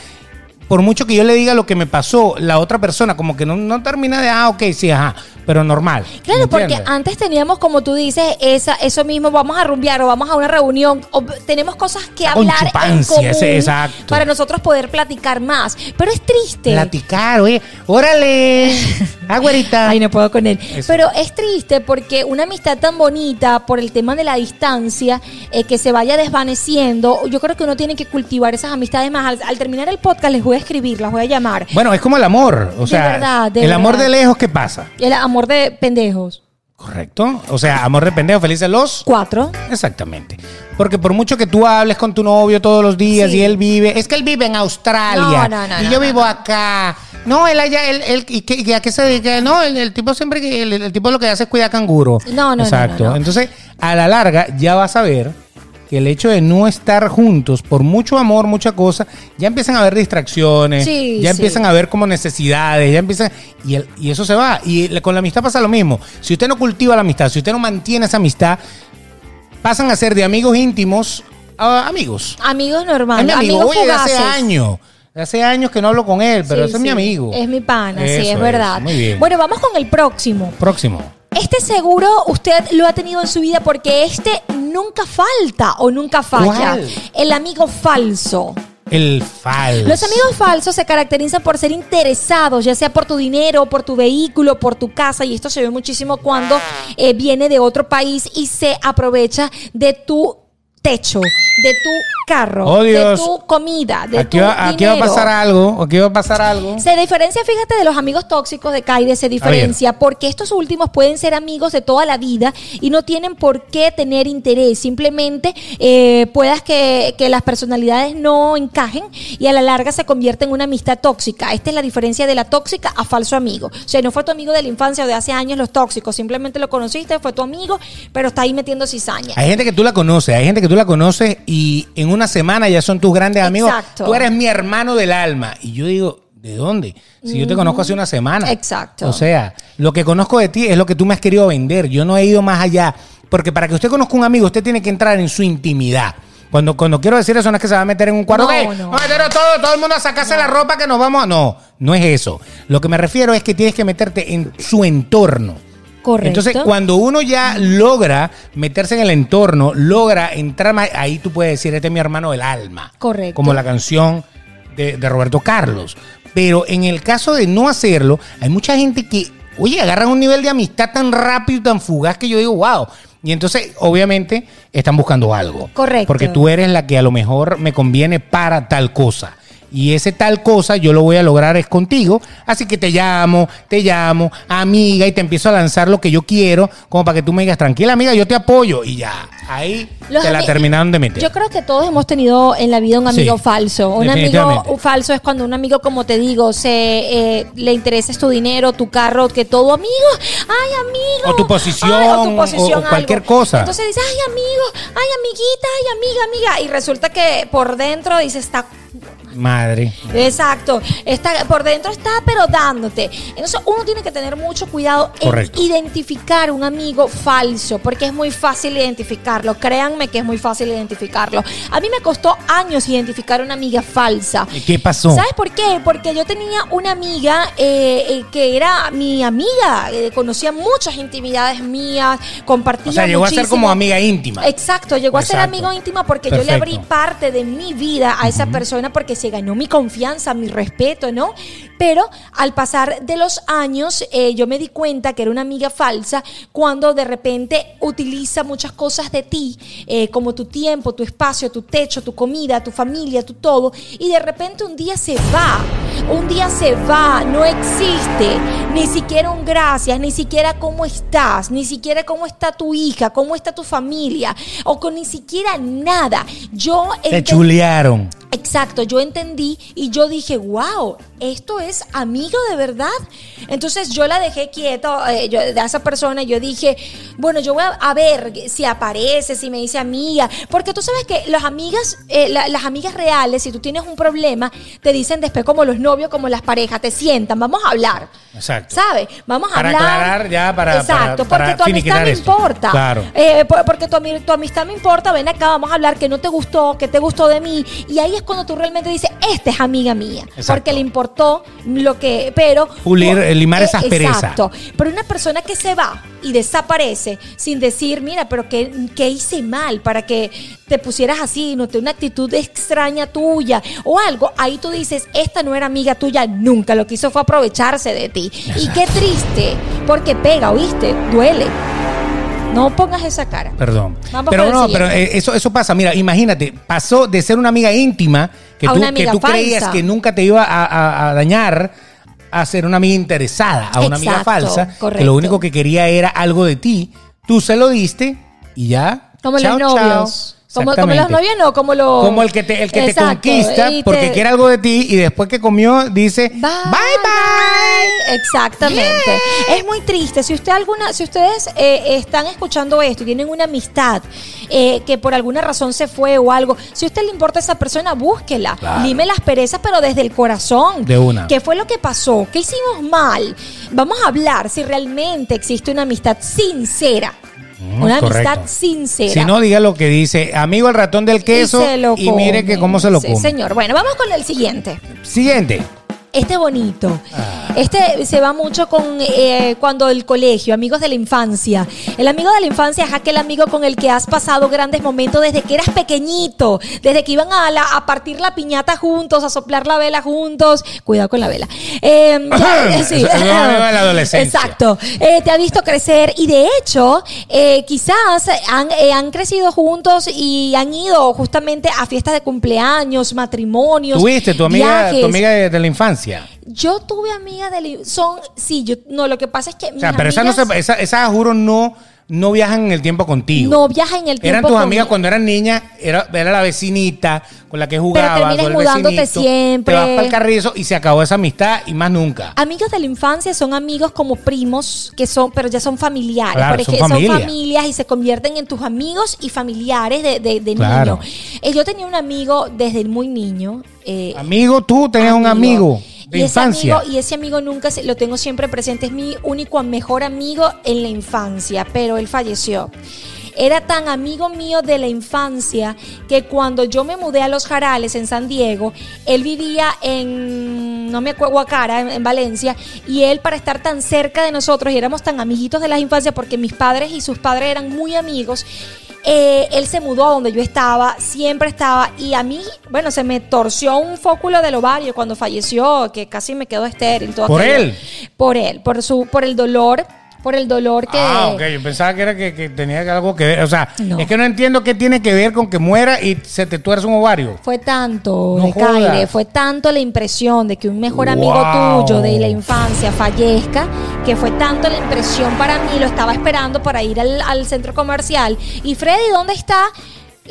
Speaker 1: por mucho que yo le diga lo que me pasó, la otra persona como que no, no termina de, ah, ok, sí, ajá, pero normal.
Speaker 2: Claro,
Speaker 1: ¿me
Speaker 2: porque
Speaker 1: entiendes?
Speaker 2: antes teníamos, como tú dices, esa, eso mismo, vamos a rumbear o vamos a una reunión, o tenemos cosas que
Speaker 1: La
Speaker 2: hablar en
Speaker 1: conchupancia,
Speaker 2: común
Speaker 1: ese- exacto.
Speaker 2: para nosotros poder platicar más. Pero es triste.
Speaker 1: Platicar, oye, órale, agüerita.
Speaker 2: Ay, no puedo con él.
Speaker 1: Eso.
Speaker 2: Pero es triste porque una amistad tan bonita por el tema de la distancia, eh, que se vaya desvaneciendo, yo creo que uno tiene que cultivar esas amistades más. Al, al terminar el podcast les voy a escribir, las voy a llamar.
Speaker 1: Bueno, es como el amor, o
Speaker 2: De
Speaker 1: sea,
Speaker 2: verdad, de
Speaker 1: el amor de
Speaker 2: verdad.
Speaker 1: lejos, ¿qué pasa?
Speaker 2: El amor de pendejos.
Speaker 1: Correcto. O sea, amor de pendejo, felices los.
Speaker 2: Cuatro.
Speaker 1: Exactamente. Porque por mucho que tú hables con tu novio todos los días
Speaker 2: Sí.
Speaker 1: y él vive, es que él vive en Australia
Speaker 2: No, no, no,
Speaker 1: y
Speaker 2: no,
Speaker 1: yo
Speaker 2: no,
Speaker 1: vivo
Speaker 2: no.
Speaker 1: acá. No, él allá, él, él- ¿y qué- y a qué se dedica? No, el, el tipo siempre, que- el, el tipo lo que hace es cuidar canguro.
Speaker 2: No, no, no,
Speaker 1: Exacto.
Speaker 2: no, no.
Speaker 1: Entonces, a la larga ya vas a ver que el hecho de no estar juntos por mucho amor, mucha cosa, ya empiezan a haber distracciones,
Speaker 2: Sí,
Speaker 1: ya
Speaker 2: sí.
Speaker 1: empiezan a ver como necesidades, ya empiezan y, el- y eso se va. Y el- con la amistad pasa lo mismo. Si usted no cultiva la amistad, si usted no mantiene esa amistad, pasan a ser de amigos íntimos a amigos.
Speaker 2: Amigos
Speaker 1: Es mi
Speaker 2: normales.
Speaker 1: amigo,
Speaker 2: amigos
Speaker 1: oye, de hace
Speaker 2: fugaces.
Speaker 1: años. de hace años que no hablo con él, pero
Speaker 2: Sí,
Speaker 1: ese es mi
Speaker 2: sí.
Speaker 1: amigo.
Speaker 2: Es mi pana, sí,
Speaker 1: Eso
Speaker 2: es
Speaker 1: es,
Speaker 2: verdad.
Speaker 1: muy bien.
Speaker 2: Bueno, vamos con el próximo.
Speaker 1: Próximo.
Speaker 2: Este seguro usted lo ha tenido en su vida porque este nunca falta o nunca falla.
Speaker 1: ¿Cuál?
Speaker 2: El amigo falso.
Speaker 1: El falso.
Speaker 2: Los amigos falsos se caracterizan por ser interesados, ya sea por tu dinero, por tu vehículo, por tu casa, y esto se ve muchísimo cuando eh, viene de otro país y se aprovecha de tu techo, de tu carro,
Speaker 1: Oh,
Speaker 2: de
Speaker 1: Dios.
Speaker 2: tu comida, de
Speaker 1: Aquí
Speaker 2: tu
Speaker 1: va, aquí va
Speaker 2: dinero.
Speaker 1: a pasar algo. Aquí va a pasar algo.
Speaker 2: Se diferencia, fíjate, de los amigos tóxicos de Kaide, se diferencia porque estos últimos pueden ser amigos de toda la vida y no tienen por qué tener interés. Simplemente eh, puedas que, que las personalidades no encajen y a la larga se convierte en una amistad tóxica. Esta es la diferencia de la tóxica a falso amigo. O sea, no fue tu amigo de la infancia o de hace años los tóxicos, simplemente lo conociste, fue tu amigo, pero está ahí metiendo cizaña.
Speaker 1: Hay gente que tú la conoces, hay gente que tú la conoces y en una semana ya son tus grandes amigos.
Speaker 2: Exacto.
Speaker 1: Tú eres mi hermano del alma. Y yo digo, ¿de dónde? Si yo te conozco hace una semana.
Speaker 2: Mm. Exacto.
Speaker 1: O sea, lo que conozco de ti es lo que tú me has querido vender. Yo no he ido más allá. Porque para que usted conozca un amigo, usted tiene que entrar en su intimidad. Cuando, cuando quiero decir eso, no es que se va a meter en un cuarto.
Speaker 2: No,
Speaker 1: "Ok,
Speaker 2: no.
Speaker 1: vamos a meter a todo, todo el mundo a sacarse la ropa que nos vamos a. No, no es eso. Lo que me refiero es que tienes que meterte en su entorno.
Speaker 2: Correcto.
Speaker 1: Entonces, cuando uno ya logra meterse en el entorno, logra entrar más, ahí tú puedes decir, este es mi hermano del alma.
Speaker 2: Correcto.
Speaker 1: Como la canción de, de Roberto Carlos. Pero en el caso de no hacerlo, hay mucha gente que, oye, agarran un nivel de amistad tan rápido y tan fugaz que yo digo, wow. Y entonces, obviamente, están buscando algo.
Speaker 2: Correcto.
Speaker 1: Porque tú eres la que a lo mejor me conviene para tal cosa. Y ese tal cosa yo lo voy a lograr es contigo. Así que te llamo, te llamo, amiga, y te empiezo a lanzar lo que yo quiero, como para que tú me digas, tranquila, amiga, yo te apoyo. Y ya, ahí
Speaker 2: Los
Speaker 1: te la
Speaker 2: ami-
Speaker 1: terminaron de meter.
Speaker 2: Yo creo que todos hemos tenido en la vida un amigo
Speaker 1: Sí,
Speaker 2: falso. Un amigo
Speaker 1: definitivamente.
Speaker 2: falso es cuando un amigo, como te digo, se eh, le interesa es tu dinero, tu carro, que todo amigo. Ay, amigo.
Speaker 1: O tu posición,
Speaker 2: Ay,
Speaker 1: o- o
Speaker 2: algo.
Speaker 1: cualquier cosa.
Speaker 2: Entonces dices, ay, amigo, ay, amiguita, ay, amiga, amiga. Y resulta que por dentro dices, está.
Speaker 1: Madre.
Speaker 2: Exacto. Está, por dentro está, pero dándote. Entonces uno tiene que tener mucho cuidado
Speaker 1: Correcto.
Speaker 2: en identificar un amigo falso, porque es muy fácil identificarlo. Créanme que es muy fácil identificarlo. A mí me costó años identificar una amiga falsa.
Speaker 1: ¿Y qué pasó?
Speaker 2: ¿Sabes por qué? Porque yo tenía una amiga eh, eh, que era mi amiga, eh, conocía muchas intimidades mías, compartía
Speaker 1: O sea, llegó a ser
Speaker 2: muchísimo.
Speaker 1: como amiga íntima.
Speaker 2: Exacto, llegó a ser
Speaker 1: Exacto.
Speaker 2: amigo íntimo porque yo le
Speaker 1: Perfecto.
Speaker 2: abrí parte de mi vida a esa persona porque se ganó mi confianza, mi respeto, ¿no? Pero al pasar de los años, eh, yo me di cuenta que era una amiga falsa cuando de repente utiliza muchas cosas de ti, eh, como tu tiempo, tu espacio, tu techo, tu comida, tu familia, tu todo, y de repente un día se va. Un día se va, no existe, ni siquiera un gracias, ni siquiera cómo estás, ni siquiera cómo está tu hija, cómo está tu familia, o con ni siquiera nada. Yo
Speaker 1: Te
Speaker 2: enten-
Speaker 1: chulearon.
Speaker 2: Exacto, yo entendí y yo dije, wow, esto es amigo de verdad. Entonces yo la dejé quieta eh, yo- de esa persona. y Yo dije, bueno, yo voy a, a ver si aparece, si me dice amiga. Porque tú sabes que las amigas, eh, la- las amigas reales, si tú tienes un problema, te dicen después como los novios, como las parejas, te sientan, vamos a hablar.
Speaker 1: Exacto.
Speaker 2: ¿Sabes? Vamos a
Speaker 1: Para
Speaker 2: hablar.
Speaker 1: aclarar ya, para-
Speaker 2: Exacto,
Speaker 1: para- para
Speaker 2: porque tu amistad
Speaker 1: finiquitar
Speaker 2: me
Speaker 1: esto.
Speaker 2: importa.
Speaker 1: Claro.
Speaker 2: Eh, por- porque tu, ami- tu amistad me importa, ven acá, vamos a hablar que no te gustó, que te gustó de mí. Y ahí es cuando tú realmente dices, esta es amiga mía.
Speaker 1: Exacto.
Speaker 2: Porque le importó lo que. Pero.
Speaker 1: Pulir, eh, limar esa aspereza.
Speaker 2: Exacto. Pero una persona que se va y desaparece sin decir, mira, pero ¿qué, qué hice mal para que te pusieras así? Noté una actitud extraña tuya o algo. Ahí tú dices, esta no era amiga tuya nunca. Lo que hizo fue aprovecharse de ti. Y qué triste, porque pega, ¿oíste? Duele. No pongas esa cara.
Speaker 1: Perdón.
Speaker 2: Vamos
Speaker 1: pero
Speaker 2: con el
Speaker 1: no,
Speaker 2: siguiente.
Speaker 1: pero eh, eso, eso pasa. Mira, imagínate, pasó de ser una amiga íntima que
Speaker 2: A
Speaker 1: tú,
Speaker 2: una
Speaker 1: que
Speaker 2: amiga
Speaker 1: tú creías
Speaker 2: falsa.
Speaker 1: que nunca te iba a, a- a dañar a ser una amiga interesada, a una amiga
Speaker 2: Exacto,
Speaker 1: falsa, que
Speaker 2: correcto.
Speaker 1: lo único que quería era algo de ti. Tú se lo diste y ya.
Speaker 2: Como
Speaker 1: Chao,
Speaker 2: los novios.
Speaker 1: chao.
Speaker 2: Como, como los
Speaker 1: Exactamente.
Speaker 2: novios no, como los...
Speaker 1: Como el que te, el que te
Speaker 2: Exacto,
Speaker 1: conquista
Speaker 2: y te-
Speaker 1: porque quiere algo de ti y después que comió dice bye bye.
Speaker 2: bye. Eh, Exactamente. Es muy triste. Si usted alguna, si ustedes eh, están escuchando esto y tienen una amistad eh, que por alguna razón se fue o algo, si a usted le importa esa persona, búsquela.
Speaker 1: Claro.
Speaker 2: Dime las perezas, pero desde el corazón.
Speaker 1: De una.
Speaker 2: ¿Qué fue lo que pasó? ¿Qué hicimos mal? Vamos a hablar si realmente existe una amistad sincera.
Speaker 1: Mm,
Speaker 2: una
Speaker 1: correcto.
Speaker 2: amistad sincera.
Speaker 1: Si no, diga lo que dice, amigo el ratón del queso.
Speaker 2: se lo
Speaker 1: Y, mire que
Speaker 2: comen.
Speaker 1: cómo se lo
Speaker 2: Sí,
Speaker 1: come.
Speaker 2: señor. Bueno, vamos con el siguiente.
Speaker 1: Siguiente.
Speaker 2: Este bonito.
Speaker 1: Ah.
Speaker 2: Este se va mucho con eh, cuando el colegio, amigos de la infancia. El amigo de la infancia es aquel amigo con el que has pasado grandes momentos desde que eras pequeñito, desde que iban a, la- a partir la piñata juntos, a soplar la vela juntos. Cuidado con la vela. Eh, ya- sí.
Speaker 1: Eso es un amigo de la adolescencia.
Speaker 2: Exacto. Eh, te ha visto crecer y de hecho, eh, quizás han, eh, han crecido juntos y han ido justamente a fiestas de cumpleaños, matrimonios.
Speaker 1: Tuviste tu amiga, tu
Speaker 2: viajes.
Speaker 1: amiga de, de la infancia.
Speaker 2: Yo tuve amigas de li- son sí, yo no lo que pasa es que
Speaker 1: O sea, pero esas no se- esa, esa, juro no, no viajan en el tiempo contigo.
Speaker 2: no viajan en el tiempo.
Speaker 1: Eran tus
Speaker 2: conmigo.
Speaker 1: amigas cuando eran niñas, era, era la vecinita con la que jugabas.
Speaker 2: terminas
Speaker 1: o el
Speaker 2: mudándote
Speaker 1: vecinito.
Speaker 2: siempre.
Speaker 1: Te vas para el carrizo y se acabó esa amistad y más nunca.
Speaker 2: Amigos de la infancia son amigos como primos que son, pero ya son familiares,
Speaker 1: Claro,
Speaker 2: porque
Speaker 1: son
Speaker 2: son,
Speaker 1: familia.
Speaker 2: familias y se convierten en tus amigos y familiares de, de, de
Speaker 1: Claro.
Speaker 2: niño. Eh, yo tenía un amigo desde muy niño. eh,
Speaker 1: Amigo, tú tenías un amigo de
Speaker 2: y
Speaker 1: infancia.
Speaker 2: Ese amigo, y ese amigo nunca se- lo tengo siempre presente. Es mi único mejor amigo en la infancia, pero él falleció. Era tan amigo mío de la infancia que cuando yo me mudé a Los Jarales en San Diego, él vivía en, no me acuerdo, Guacara, en, en Valencia, y él para estar tan cerca de nosotros y éramos tan amiguitos de la infancia porque mis padres y sus padres eran muy amigos, eh, él se mudó a donde yo estaba, siempre estaba, y a mí, bueno, se me torció un fóculo del ovario cuando falleció, que casi me quedó estéril. todo
Speaker 1: ¿Por
Speaker 2: aquello.
Speaker 1: él?
Speaker 2: Por él, por, su, por el dolor, por el dolor que...
Speaker 1: Ah, ok, yo pensaba que era que, que tenía algo que ver. O sea,
Speaker 2: No.
Speaker 1: es que no entiendo qué tiene que ver con que muera y se te tuerce un ovario.
Speaker 2: Fue tanto,
Speaker 1: No
Speaker 2: de Caire,
Speaker 1: jodas.
Speaker 2: fue tanto la impresión de que un mejor amigo
Speaker 1: Wow.
Speaker 2: tuyo de la infancia fallezca, que fue tanto la impresión para mí, lo estaba esperando para ir al, al centro comercial. Y Freddy, ¿dónde está?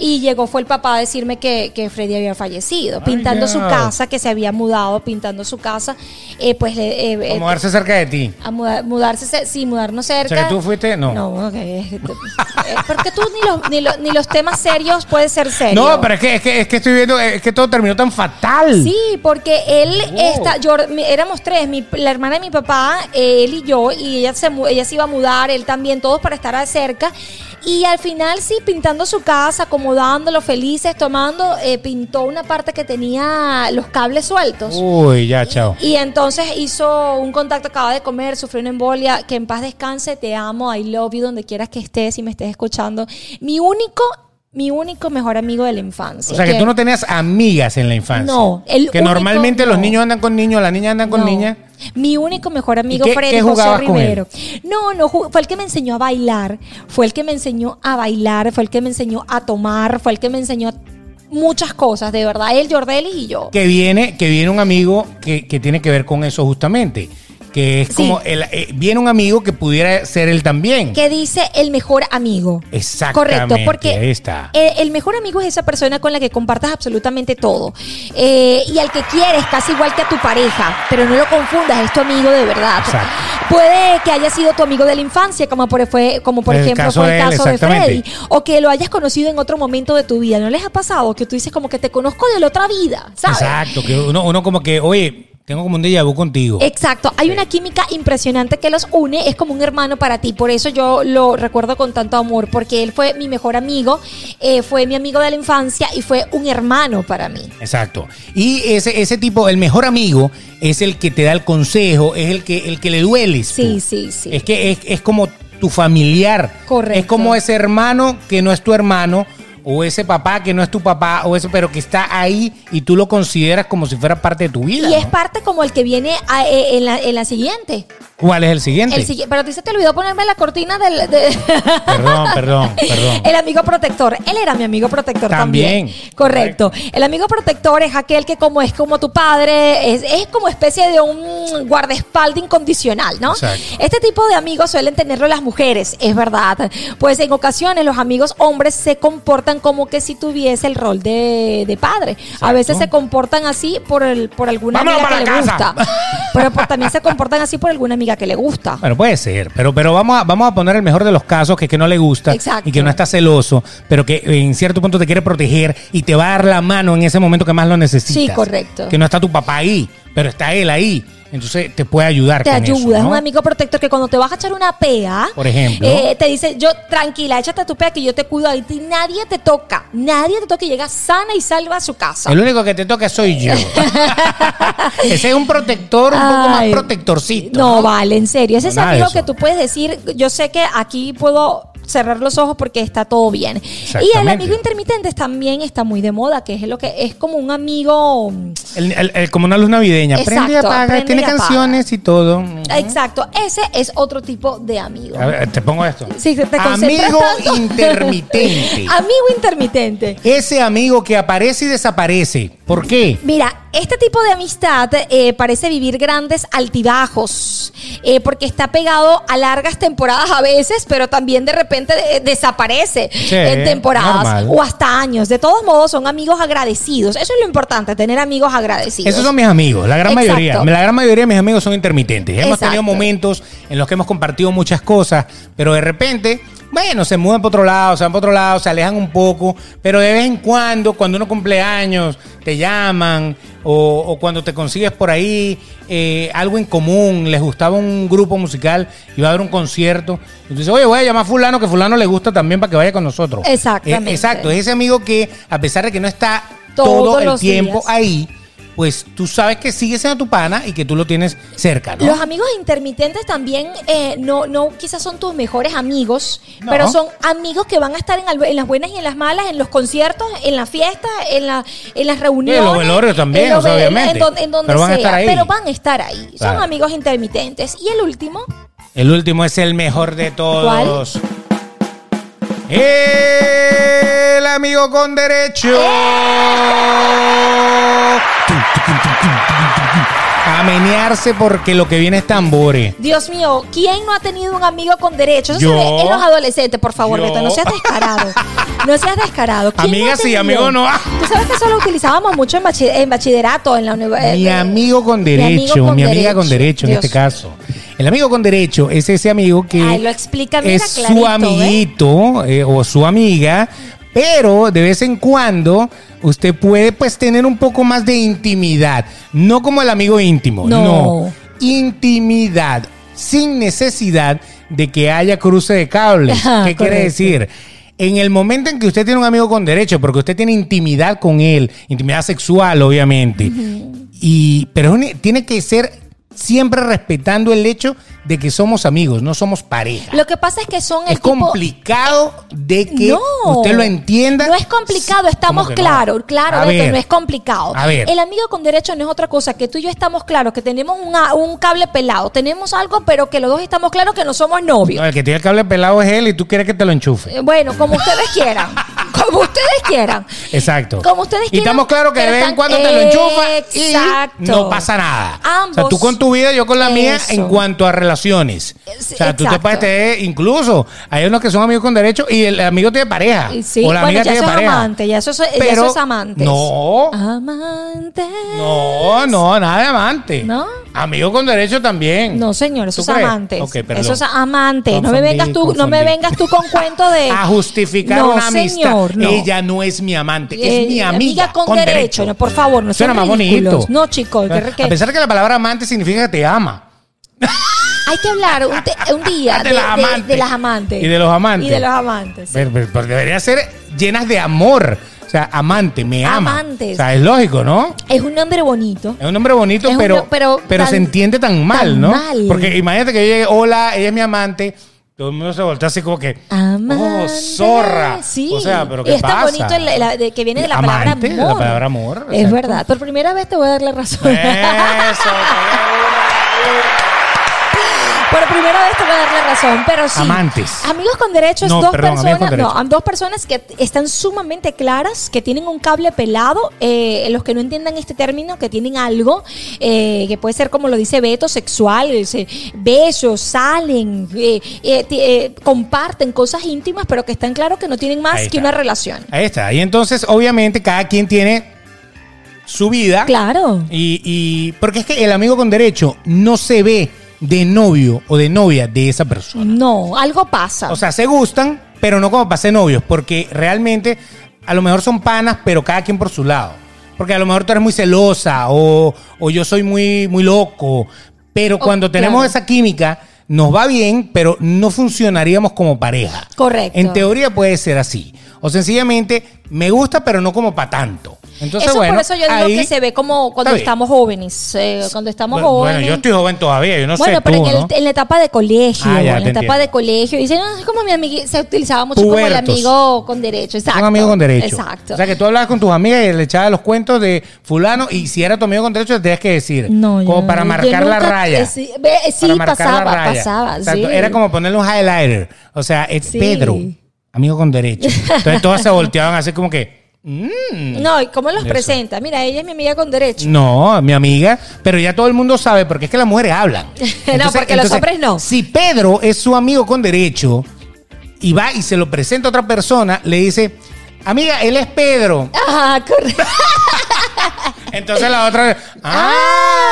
Speaker 2: Y llegó, fue el papá a decirme que, que Freddy había fallecido,
Speaker 1: Ay,
Speaker 2: pintando su
Speaker 1: ya.
Speaker 2: casa, que se había mudado, pintando su casa. eh, pues le- eh, eh,
Speaker 1: Como darse cerca de ti.
Speaker 2: a muda- mudarse, ce- sí, mudarnos cerca.
Speaker 1: O sea, que tú fuiste, no.
Speaker 2: No, ok. Eh, porque tú ni los, ni, lo- ni los temas serios pueden ser serios.
Speaker 1: No, pero es que, es, que, es que estoy viendo, es que todo terminó tan fatal.
Speaker 2: Sí, porque él
Speaker 1: Wow.
Speaker 2: está, yo, mi- éramos tres, mi- la hermana de mi papá, él y yo, y ella se, mu- ella se iba a mudar, él también, todos para estar cerca. Y al final sí, pintando su casa, acomodándolo, felices, tomando, eh, pintó una parte que tenía los cables sueltos.
Speaker 1: Uy, ya, chao.
Speaker 2: Y entonces hizo un contacto, acaba de comer, sufrió una embolia, que en paz descanse, te amo, I love you, donde quieras que estés y me estés escuchando. Mi único, mi único mejor amigo de la infancia.
Speaker 1: O sea, que tú no tenías amigas en la infancia.
Speaker 2: No, el
Speaker 1: Que
Speaker 2: único-
Speaker 1: normalmente los
Speaker 2: no.
Speaker 1: niños andan con niños, las niñas andan con
Speaker 2: No.
Speaker 1: niñas.
Speaker 2: Mi único mejor amigo
Speaker 1: qué-
Speaker 2: Freddy
Speaker 1: qué
Speaker 2: José
Speaker 1: jugabas con él?
Speaker 2: Rivero. No, no, ju- fue el que me enseñó a bailar, fue el que me enseñó a bailar, fue el que me enseñó a tomar, fue el que me enseñó muchas cosas, de verdad, él, Jordelis y yo.
Speaker 1: Que viene, que viene un amigo que, que tiene que ver con eso justamente. Que es
Speaker 2: Sí.
Speaker 1: como, el- eh, viene un amigo que pudiera ser él también.
Speaker 2: Que dice el mejor amigo.
Speaker 1: Exactamente,
Speaker 2: Correcto, porque
Speaker 1: ahí está.
Speaker 2: eh, El, mejor amigo es esa persona con la que compartas absolutamente todo. Eh, y al que quieres, casi igual que a tu pareja, pero no lo confundas, es tu amigo de verdad.
Speaker 1: Exacto.
Speaker 2: Puede que haya sido tu amigo de la infancia, como por, fue, como por
Speaker 1: El
Speaker 2: ejemplo
Speaker 1: caso
Speaker 2: fue
Speaker 1: de
Speaker 2: el
Speaker 1: él,
Speaker 2: caso de Freddy,
Speaker 1: exactamente.
Speaker 2: o que lo hayas conocido en otro momento de tu vida. ¿No les ha pasado que tú dices como que te conozco de la otra vida? ¿sabes?
Speaker 1: Exacto, que uno, uno como que, oye, tengo como un déjà vu contigo.
Speaker 2: Exacto, hay una química impresionante que los une, es como un hermano para ti, por eso yo lo recuerdo con tanto amor, porque él fue mi mejor amigo, eh, fue mi amigo de la infancia y fue un hermano para mí.
Speaker 1: Exacto. Y ese, ese tipo, el mejor amigo, es el que te da el consejo, es el que, el que le dueles. pues.
Speaker 2: Sí,
Speaker 1: tú.
Speaker 2: sí, sí.
Speaker 1: Es que es, es como tu familiar.
Speaker 2: Correcto.
Speaker 1: Es como ese hermano que no es tu hermano, o ese papá que no es tu papá, o ese, pero que está ahí y tú lo consideras como si fuera parte de tu vida.
Speaker 2: Y es
Speaker 1: ¿no?
Speaker 2: parte como el que viene a- eh, en, la, en la siguiente.
Speaker 1: ¿Cuál es el siguiente?
Speaker 2: El sigui- pero a ti se te olvidó ponerme la cortina del... de-
Speaker 1: Perdón, perdón, perdón.
Speaker 2: El amigo protector. Él era mi amigo protector también.
Speaker 1: También.
Speaker 2: Correcto. El amigo protector es aquel que como es como tu padre, es, es como especie de un guardaespaldas incondicional, ¿no?
Speaker 1: Exacto.
Speaker 2: Este tipo de amigos suelen tenerlo las mujeres, es verdad. Pues en ocasiones los amigos hombres se comportan como que si tuviese el rol de, de padre. A veces se comportan así por, el, por alguna
Speaker 1: ¡Vámonos
Speaker 2: amiga
Speaker 1: para
Speaker 2: que le
Speaker 1: la casa!
Speaker 2: gusta. Pero pues, también se comportan así por alguna amiga que le gusta.
Speaker 1: Bueno, puede ser, pero, pero vamos, a, vamos a poner el mejor de los casos, que es que no le gusta
Speaker 2: Exacto.
Speaker 1: y que no está celoso, pero que en cierto punto te quiere proteger y te va a dar la mano en ese momento que más lo necesitas.
Speaker 2: Sí, correcto.
Speaker 1: Que no está tu papá ahí, pero está él ahí. Entonces te puede ayudar.
Speaker 2: te
Speaker 1: con eso,
Speaker 2: ayuda, es
Speaker 1: ¿no?
Speaker 2: un amigo protector que cuando te vas a echar una pea,
Speaker 1: Por ejemplo.
Speaker 2: eh, te dice, yo tranquila, échate tu pea que yo te cuido y ti nadie te toca, nadie te toca y llega sana y salva a su casa.
Speaker 1: El único que te toca soy yo. Ese es un protector, un poco más
Speaker 2: Ay.
Speaker 1: protectorcito.
Speaker 2: No, vale, en serio. Ese es
Speaker 1: Nada de
Speaker 2: amigo
Speaker 1: eso.
Speaker 2: que tú puedes decir, yo sé que aquí puedo cerrar los ojos porque está todo bien. Y el
Speaker 1: Exactamente.
Speaker 2: amigo intermitente también está muy de moda, que es lo que es como un amigo mm,
Speaker 1: El- el- el- como una luz navideña.
Speaker 2: Exacto,
Speaker 1: prende y apaga,
Speaker 2: prende y
Speaker 1: tiene
Speaker 2: apaga.
Speaker 1: canciones y todo.
Speaker 2: Exacto, ese es otro tipo de amigo.
Speaker 1: A ver, te pongo esto.
Speaker 2: Si te concentras
Speaker 1: Amigo
Speaker 2: tanto-
Speaker 1: intermitente.
Speaker 2: amigo intermitente.
Speaker 1: Ese amigo que aparece y desaparece. ¿Por qué?
Speaker 2: Mira, este tipo de amistad eh, parece vivir grandes altibajos, eh, porque está pegado a largas temporadas a veces, pero también de repente eh, desaparece
Speaker 1: Sí,
Speaker 2: en temporadas
Speaker 1: normal.
Speaker 2: o hasta años. De todos modos, son amigos agradecidos. Eso es lo importante, tener amigos agradecidos.
Speaker 1: Esos son mis amigos, la gran
Speaker 2: Exacto.
Speaker 1: mayoría. La gran mayoría de mis amigos son intermitentes. Hemos
Speaker 2: Exacto.
Speaker 1: tenido momentos en los que hemos compartido muchas cosas, pero de repente, bueno, se mudan para otro lado, se van para otro lado, se alejan un poco, pero de vez en cuando, cuando uno cumple años, te llaman o, o cuando te consigues por ahí eh, algo en común, les gustaba un grupo musical y va a haber un concierto, entonces, oye, voy a llamar a fulano que fulano le gusta también para que vaya con nosotros. Eh,
Speaker 2: Exactamente.
Speaker 1: exacto, es ese amigo que a pesar de que no está
Speaker 2: Todos
Speaker 1: todo el
Speaker 2: los
Speaker 1: tiempo
Speaker 2: días.
Speaker 1: ahí, pues tú sabes que sigue siendo tu pana y que tú lo tienes cerca, ¿no?
Speaker 2: Los amigos intermitentes también eh, no, no quizás son tus mejores amigos,
Speaker 1: No.
Speaker 2: pero son amigos que van a estar en, al- en las buenas y en las malas, en los conciertos, en las fiestas, en, la, en las reuniones.
Speaker 1: velorios también,
Speaker 2: en los
Speaker 1: o sea,
Speaker 2: ve-
Speaker 1: obviamente.
Speaker 2: En, don- en donde
Speaker 1: Pero van a
Speaker 2: sea,
Speaker 1: estar ahí.
Speaker 2: pero van a estar ahí.
Speaker 1: Claro.
Speaker 2: Son amigos intermitentes. Y el último,
Speaker 1: El último es el mejor de todos. El amigo con derecho. A menearse porque lo que viene es tambores.
Speaker 2: Dios mío, ¿quién no ha tenido un amigo con derechos? Eso
Speaker 1: Yo.
Speaker 2: se ve en los adolescentes, por favor,
Speaker 1: Yo.
Speaker 2: Beto, no seas descarado. No seas descarado. ¿Quién
Speaker 1: Amiga
Speaker 2: ha
Speaker 1: sí,
Speaker 2: tenido?
Speaker 1: amigo no.
Speaker 2: Tú sabes que eso lo utilizábamos mucho en, bachi- en bachillerato, en la eh, universidad.
Speaker 1: Mi amigo con derecho, mi, amiga con derecho en este caso. El amigo con derecho es ese amigo que
Speaker 2: Ay, lo explica, mira,
Speaker 1: es
Speaker 2: clarito, ¿eh?
Speaker 1: su amiguito eh, o su amiga, pero de vez en cuando usted puede pues tener un poco más de intimidad, no como el amigo íntimo,
Speaker 2: No.
Speaker 1: no, intimidad sin necesidad de que haya cruce de cables.
Speaker 2: Ajá,
Speaker 1: ¿Qué quiere
Speaker 2: correcto.
Speaker 1: decir? En el momento en que usted tiene un amigo con derecho, porque usted tiene intimidad con él, intimidad sexual, obviamente, y, pero es una- tiene que ser siempre respetando el hecho de que somos amigos, no somos pareja.
Speaker 2: Lo que pasa es que son el
Speaker 1: es
Speaker 2: tipo-
Speaker 1: complicado de que
Speaker 2: No.
Speaker 1: usted lo entienda.
Speaker 2: No es complicado,
Speaker 1: ¿Cómo
Speaker 2: estamos
Speaker 1: que no?
Speaker 2: claros. Claro,
Speaker 1: A
Speaker 2: Beto,
Speaker 1: ver,
Speaker 2: no es complicado.
Speaker 1: A ver.
Speaker 2: El amigo con derecho no es otra cosa que tú y yo estamos claros, que tenemos una- un cable pelado, tenemos algo, pero que los dos estamos claros que no somos novios.
Speaker 1: No, el que tiene el cable pelado es él y tú quieres que te lo enchufe.
Speaker 2: Eh, Bueno, como ustedes quieran. Como ustedes quieran.
Speaker 1: Exacto.
Speaker 2: Como ustedes
Speaker 1: Y
Speaker 2: quieran,
Speaker 1: estamos claros que de
Speaker 2: pero
Speaker 1: vez en
Speaker 2: están-
Speaker 1: cuando te lo enchufa y
Speaker 2: Exacto.
Speaker 1: no pasa nada.
Speaker 2: Ambos-
Speaker 1: O sea, tú con tu vida, yo con la mía
Speaker 2: Eso.
Speaker 1: en cuanto a relaciones. O
Speaker 2: Sí,
Speaker 1: sea, tú te
Speaker 2: exacto.
Speaker 1: puedes tener, incluso hay unos que son amigos con derecho y el amigo tiene pareja.
Speaker 2: Y Sí,
Speaker 1: o la
Speaker 2: bueno,
Speaker 1: amiga
Speaker 2: ya
Speaker 1: tiene
Speaker 2: eso es
Speaker 1: pareja.
Speaker 2: amante, ya eso es, ya
Speaker 1: Pero-
Speaker 2: eso es amantes. Ah.
Speaker 1: No.
Speaker 2: Amantes.
Speaker 1: No, no, nada de amante.
Speaker 2: ¿No?
Speaker 1: Amigo con derecho también.
Speaker 2: No, señor, eso
Speaker 1: ¿Tú
Speaker 2: es
Speaker 1: crees?
Speaker 2: amantes.
Speaker 1: Ok, perdón.
Speaker 2: eso es amantes. No me
Speaker 1: Confundí,
Speaker 2: vengas tú, no me
Speaker 1: confundí.
Speaker 2: vengas tú con cuento de
Speaker 1: a justificar
Speaker 2: No,
Speaker 1: una amistad.
Speaker 2: señor, no.
Speaker 1: Ella no es mi amante,
Speaker 2: Eh,
Speaker 1: es mi amiga,
Speaker 2: con, derecho. No, por favor, no
Speaker 1: Suena
Speaker 2: sean
Speaker 1: más
Speaker 2: ridículos.
Speaker 1: bonito. Ah,
Speaker 2: No, chicos, que- que-
Speaker 1: A pesar que la palabra amante significa que te ama.
Speaker 2: hay que hablar un, te- un día
Speaker 1: De
Speaker 2: de,
Speaker 1: las
Speaker 2: de-
Speaker 1: amantes.
Speaker 2: de las amantes.
Speaker 1: Y de los amantes.
Speaker 2: Y de los amantes.
Speaker 1: Pero, pero, pero debería ser llenas de amor. O sea, amante, me ama.
Speaker 2: Amantes.
Speaker 1: O sea, es lógico, ¿no?
Speaker 2: Es un nombre bonito.
Speaker 1: Es un nombre bonito,
Speaker 2: Es un
Speaker 1: pero,
Speaker 2: no- pero
Speaker 1: pero
Speaker 2: tan-
Speaker 1: se entiende tan mal,
Speaker 2: tan
Speaker 1: ¿no?
Speaker 2: mal.
Speaker 1: Porque imagínate que yo llegue, hola, ella es mi amante. Todo el mundo se voltea así como que,
Speaker 2: Amante.
Speaker 1: oh, zorra.
Speaker 2: Sí.
Speaker 1: O sea, pero
Speaker 2: Y
Speaker 1: ¿qué
Speaker 2: es
Speaker 1: pasa?
Speaker 2: tan bonito el- el- de- que viene de la
Speaker 1: Amante, de
Speaker 2: palabra
Speaker 1: la
Speaker 2: amor.
Speaker 1: palabra amor,
Speaker 2: Es
Speaker 1: exacto.
Speaker 2: verdad. Por primera vez te voy a dar la razón.
Speaker 1: Eso.
Speaker 2: Por primera vez te voy a dar la razón, pero sí.
Speaker 1: Amantes.
Speaker 2: Amigos con derechos,
Speaker 1: No,
Speaker 2: dos
Speaker 1: perdón, amigos
Speaker 2: personas.
Speaker 1: con derecho.
Speaker 2: No, am- dos personas que t- están sumamente claras, que tienen un cable pelado. eh, los que no entiendan este término, que tienen algo, eh, que puede ser como lo dice Beto, sexual, eh, besos, salen, eh, eh, ti- eh, comparten cosas íntimas, pero que están claros que no tienen más
Speaker 1: Ahí
Speaker 2: que
Speaker 1: está.
Speaker 2: una relación.
Speaker 1: Ahí está. Y entonces, obviamente, cada quien tiene su vida.
Speaker 2: Claro.
Speaker 1: Y, y- porque es que el amigo con derecho no se ve de novio o de novia de esa persona.
Speaker 2: No, algo pasa.
Speaker 1: O sea, se gustan, pero no como para ser novios, porque realmente a lo mejor son panas, pero cada quien por su lado. Porque a lo mejor tú eres muy celosa o, o yo soy muy, muy loco. Pero cuando tenemos
Speaker 2: Oh, claro.
Speaker 1: esa química, nos va bien, pero no funcionaríamos como pareja.
Speaker 2: Correcto.
Speaker 1: En teoría puede ser así. O sencillamente, me gusta, pero no como para tanto. Entonces,
Speaker 2: eso
Speaker 1: bueno,
Speaker 2: por eso yo digo
Speaker 1: ahí-
Speaker 2: que se ve como cuando
Speaker 1: Está bien.
Speaker 2: estamos jóvenes. eh, cuando estamos
Speaker 1: bueno,
Speaker 2: jóvenes.
Speaker 1: bueno, yo estoy joven todavía, yo no
Speaker 2: bueno,
Speaker 1: sé
Speaker 2: pero
Speaker 1: tú,
Speaker 2: en, el-
Speaker 1: ¿no?
Speaker 2: en la etapa de colegio,
Speaker 1: Ah, ya, te
Speaker 2: en la etapa
Speaker 1: entiendo.
Speaker 2: de colegio, dicen, "Ah, es como mi amigo, se utilizaba mucho como el
Speaker 1: Pubertos.
Speaker 2: amigo con derecho, exacto.
Speaker 1: Un amigo con derecho.
Speaker 2: Exacto.
Speaker 1: O sea, que tú hablabas con tus amigas y le echabas los cuentos de fulano y si era tu amigo con derecho, le tenías que decir.
Speaker 2: no, yo-
Speaker 1: Como para
Speaker 2: yo
Speaker 1: marcar la
Speaker 2: nunca-
Speaker 1: raya.
Speaker 2: eh, sí, ve, eh, sí,
Speaker 1: para marcar la
Speaker 2: pasaba,
Speaker 1: raya.
Speaker 2: pasaba,
Speaker 1: O sea,
Speaker 2: sí.
Speaker 1: Era como ponerle un highlighter. O sea, es
Speaker 2: Sí.
Speaker 1: Pedro, amigo con derecho. Entonces todas se volteaban así como que... "Mm".
Speaker 2: No, ¿y cómo los
Speaker 1: Eso. Mm.
Speaker 2: presenta? Mira, ella es mi amiga con derecho.
Speaker 1: No, mi amiga, pero ya todo el mundo sabe porque es que las mujeres hablan.
Speaker 2: porque los hombres no.
Speaker 1: Si Pedro es su amigo con derecho y va y se lo presenta a otra persona, le dice, amiga, él es Pedro.
Speaker 2: Ah, correcto.
Speaker 1: Entonces la otra, ah,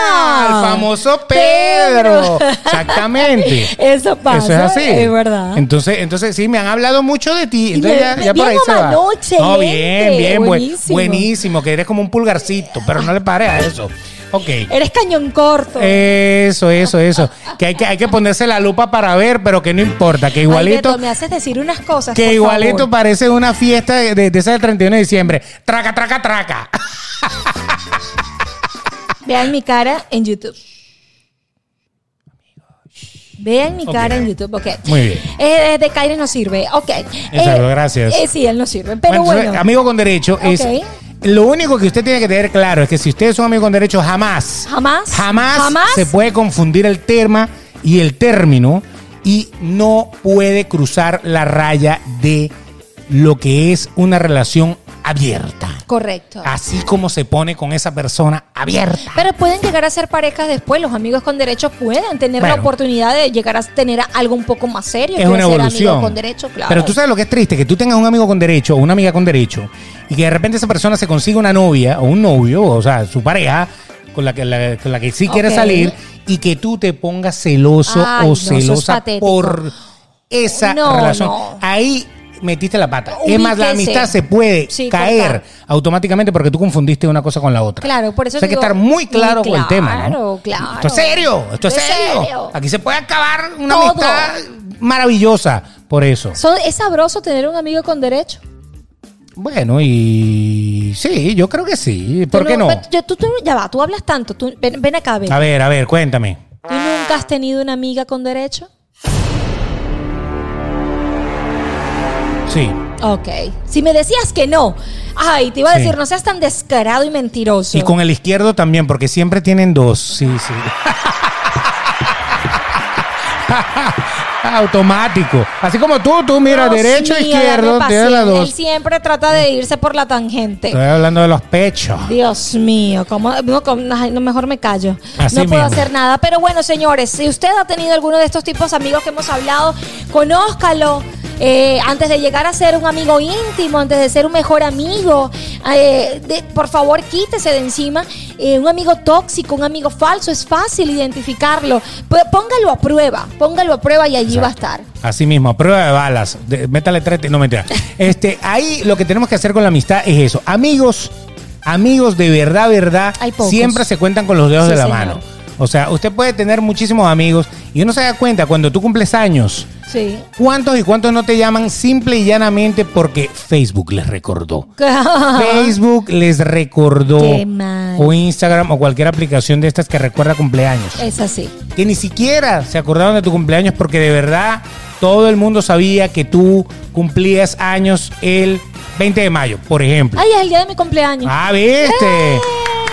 Speaker 2: Ah,
Speaker 1: el famoso Pedro.
Speaker 2: Pedro.
Speaker 1: Exactamente.
Speaker 2: Eso pasa.
Speaker 1: Eso es así.
Speaker 2: Es verdad.
Speaker 1: Entonces, entonces sí, me han hablado mucho de ti.
Speaker 2: Y
Speaker 1: Entonces,
Speaker 2: me-
Speaker 1: ya, ya
Speaker 2: bien
Speaker 1: por ahí se va.
Speaker 2: humano,
Speaker 1: No,
Speaker 2: excelente,
Speaker 1: bien, bien, buen- buenísimo.
Speaker 2: buenísimo.
Speaker 1: que eres como un pulgarcito, pero no le pares a eso. Ok.
Speaker 2: Eres cañón corto.
Speaker 1: Eh, Eso, eso, eso. Que hay, que hay que ponerse la lupa para ver, pero que no importa, que
Speaker 2: Ay,
Speaker 1: igualito,
Speaker 2: Beto, me haces decir unas cosas.
Speaker 1: que
Speaker 2: por
Speaker 1: igualito
Speaker 2: favor.
Speaker 1: parece una fiesta de, de- de esa del 31 de diciembre. Traca, traca, traca.
Speaker 2: Vean mi cara en YouTube. Vean mi
Speaker 1: Ok.
Speaker 2: cara en YouTube, ok.
Speaker 1: Muy bien.
Speaker 2: Eh, eh, de Caire no sirve, ok. Eh,
Speaker 1: Exacto, gracias.
Speaker 2: eh, sí, él no sirve, pero
Speaker 1: Entonces,
Speaker 2: bueno.
Speaker 1: Amigo con derecho
Speaker 2: Ok.
Speaker 1: es. Lo único que usted tiene que tener claro es que si usted es un amigo con derecho, jamás,
Speaker 2: Jamás,
Speaker 1: jamás,
Speaker 2: jamás.
Speaker 1: se puede confundir el tema y el término y no puede cruzar la raya de lo que es una relación abierta.
Speaker 2: Correcto.
Speaker 1: Así como se pone con esa persona abierta.
Speaker 2: Pero pueden llegar a ser parejas después. Los amigos con derechos pueden tener la
Speaker 1: Bueno.
Speaker 2: oportunidad de llegar a tener algo un poco más serio.
Speaker 1: es
Speaker 2: que
Speaker 1: una
Speaker 2: ser
Speaker 1: evolución.
Speaker 2: Amigos con derechos, claro.
Speaker 1: Pero tú sabes lo que es triste, que tú tengas un amigo con derecho o una amiga con derecho y que de repente esa persona se consiga una novia o un novio, o sea, su pareja con la que, la- con la que sí quiere
Speaker 2: Ok.
Speaker 1: salir y que tú te pongas celoso
Speaker 2: Ay,
Speaker 1: o
Speaker 2: no, eso es
Speaker 1: celosa
Speaker 2: patético.
Speaker 1: por esa
Speaker 2: No,
Speaker 1: relación.
Speaker 2: no.
Speaker 1: Ahí metiste la pata. Es más, la
Speaker 2: Ubíquese.
Speaker 1: amistad se puede
Speaker 2: Sí,
Speaker 1: caer
Speaker 2: cortar.
Speaker 1: automáticamente porque tú confundiste una cosa con la otra.
Speaker 2: Claro, por eso
Speaker 1: O sea, hay que
Speaker 2: digo-
Speaker 1: estar muy claro
Speaker 2: Sí,
Speaker 1: con el tema. ¿no?
Speaker 2: claro, claro.
Speaker 1: Esto es serio, esto es serio. Aquí se puede acabar una
Speaker 2: Todo.
Speaker 1: amistad maravillosa por eso.
Speaker 2: So- es sabroso tener un amigo con derecho.
Speaker 1: Bueno, y sí, yo creo que sí. ¿Por
Speaker 2: Tú
Speaker 1: qué no?
Speaker 2: pero yo- tú, tú- ya va, tú hablas tanto. Tú, ven, ven acá, ven.
Speaker 1: A ver, a ver, cuéntame.
Speaker 2: ¿Tú nunca
Speaker 1: Ah.
Speaker 2: has tenido una amiga con derecho?
Speaker 1: Sí.
Speaker 2: Ok. Si me decías que no, ay, te iba a
Speaker 1: Sí.
Speaker 2: decir, no seas tan descarado y mentiroso.
Speaker 1: Y con el izquierdo también, porque siempre tienen dos. Sí, sí. Automático. Así como tú, tú mira,
Speaker 2: No,
Speaker 1: derecho,
Speaker 2: sí,
Speaker 1: izquierdo,
Speaker 2: dame
Speaker 1: tienes las
Speaker 2: paciencia.
Speaker 1: dos.
Speaker 2: Él siempre trata de irse por la tangente.
Speaker 1: Estoy hablando de los pechos.
Speaker 2: Dios mío, ¿cómo? No, cómo- ay, no, mejor me callo.
Speaker 1: Así
Speaker 2: no puedo
Speaker 1: mismo.
Speaker 2: hacer nada. Pero bueno, señores, si usted ha tenido alguno de estos tipos de amigos que hemos hablado, conózcalo. Eh, antes de llegar a ser un amigo íntimo, antes de ser un mejor amigo, eh, de- por favor quítese de encima. Eh, un amigo tóxico, un amigo falso, es fácil identificarlo. P- póngalo a prueba, póngalo a prueba y allí va a estar.
Speaker 1: Así mismo, a prueba de balas. De- métale tres. ti- No, mentira. Este, ahí lo que tenemos que hacer con la amistad es eso. Amigos, amigos de verdad, verdad,
Speaker 2: Hay pocos.
Speaker 1: siempre se cuentan con los dedos
Speaker 2: Sí,
Speaker 1: de la
Speaker 2: señor.
Speaker 1: mano. O sea, usted puede tener muchísimos amigos y uno se da cuenta cuando tú cumples años.
Speaker 2: Sí.
Speaker 1: ¿Cuántos y cuántos no te llaman simple y llanamente porque Facebook les recordó? Facebook les recordó.
Speaker 2: Qué mal.
Speaker 1: O Instagram o cualquier aplicación de estas que recuerda cumpleaños
Speaker 2: es así.
Speaker 1: que ni siquiera se acordaron de tu cumpleaños porque de verdad todo el mundo sabía que tú cumplías años el 20 de mayo, por ejemplo.
Speaker 2: Ay, ¡Eh! es el día de mi cumpleaños.
Speaker 1: Ah, viste.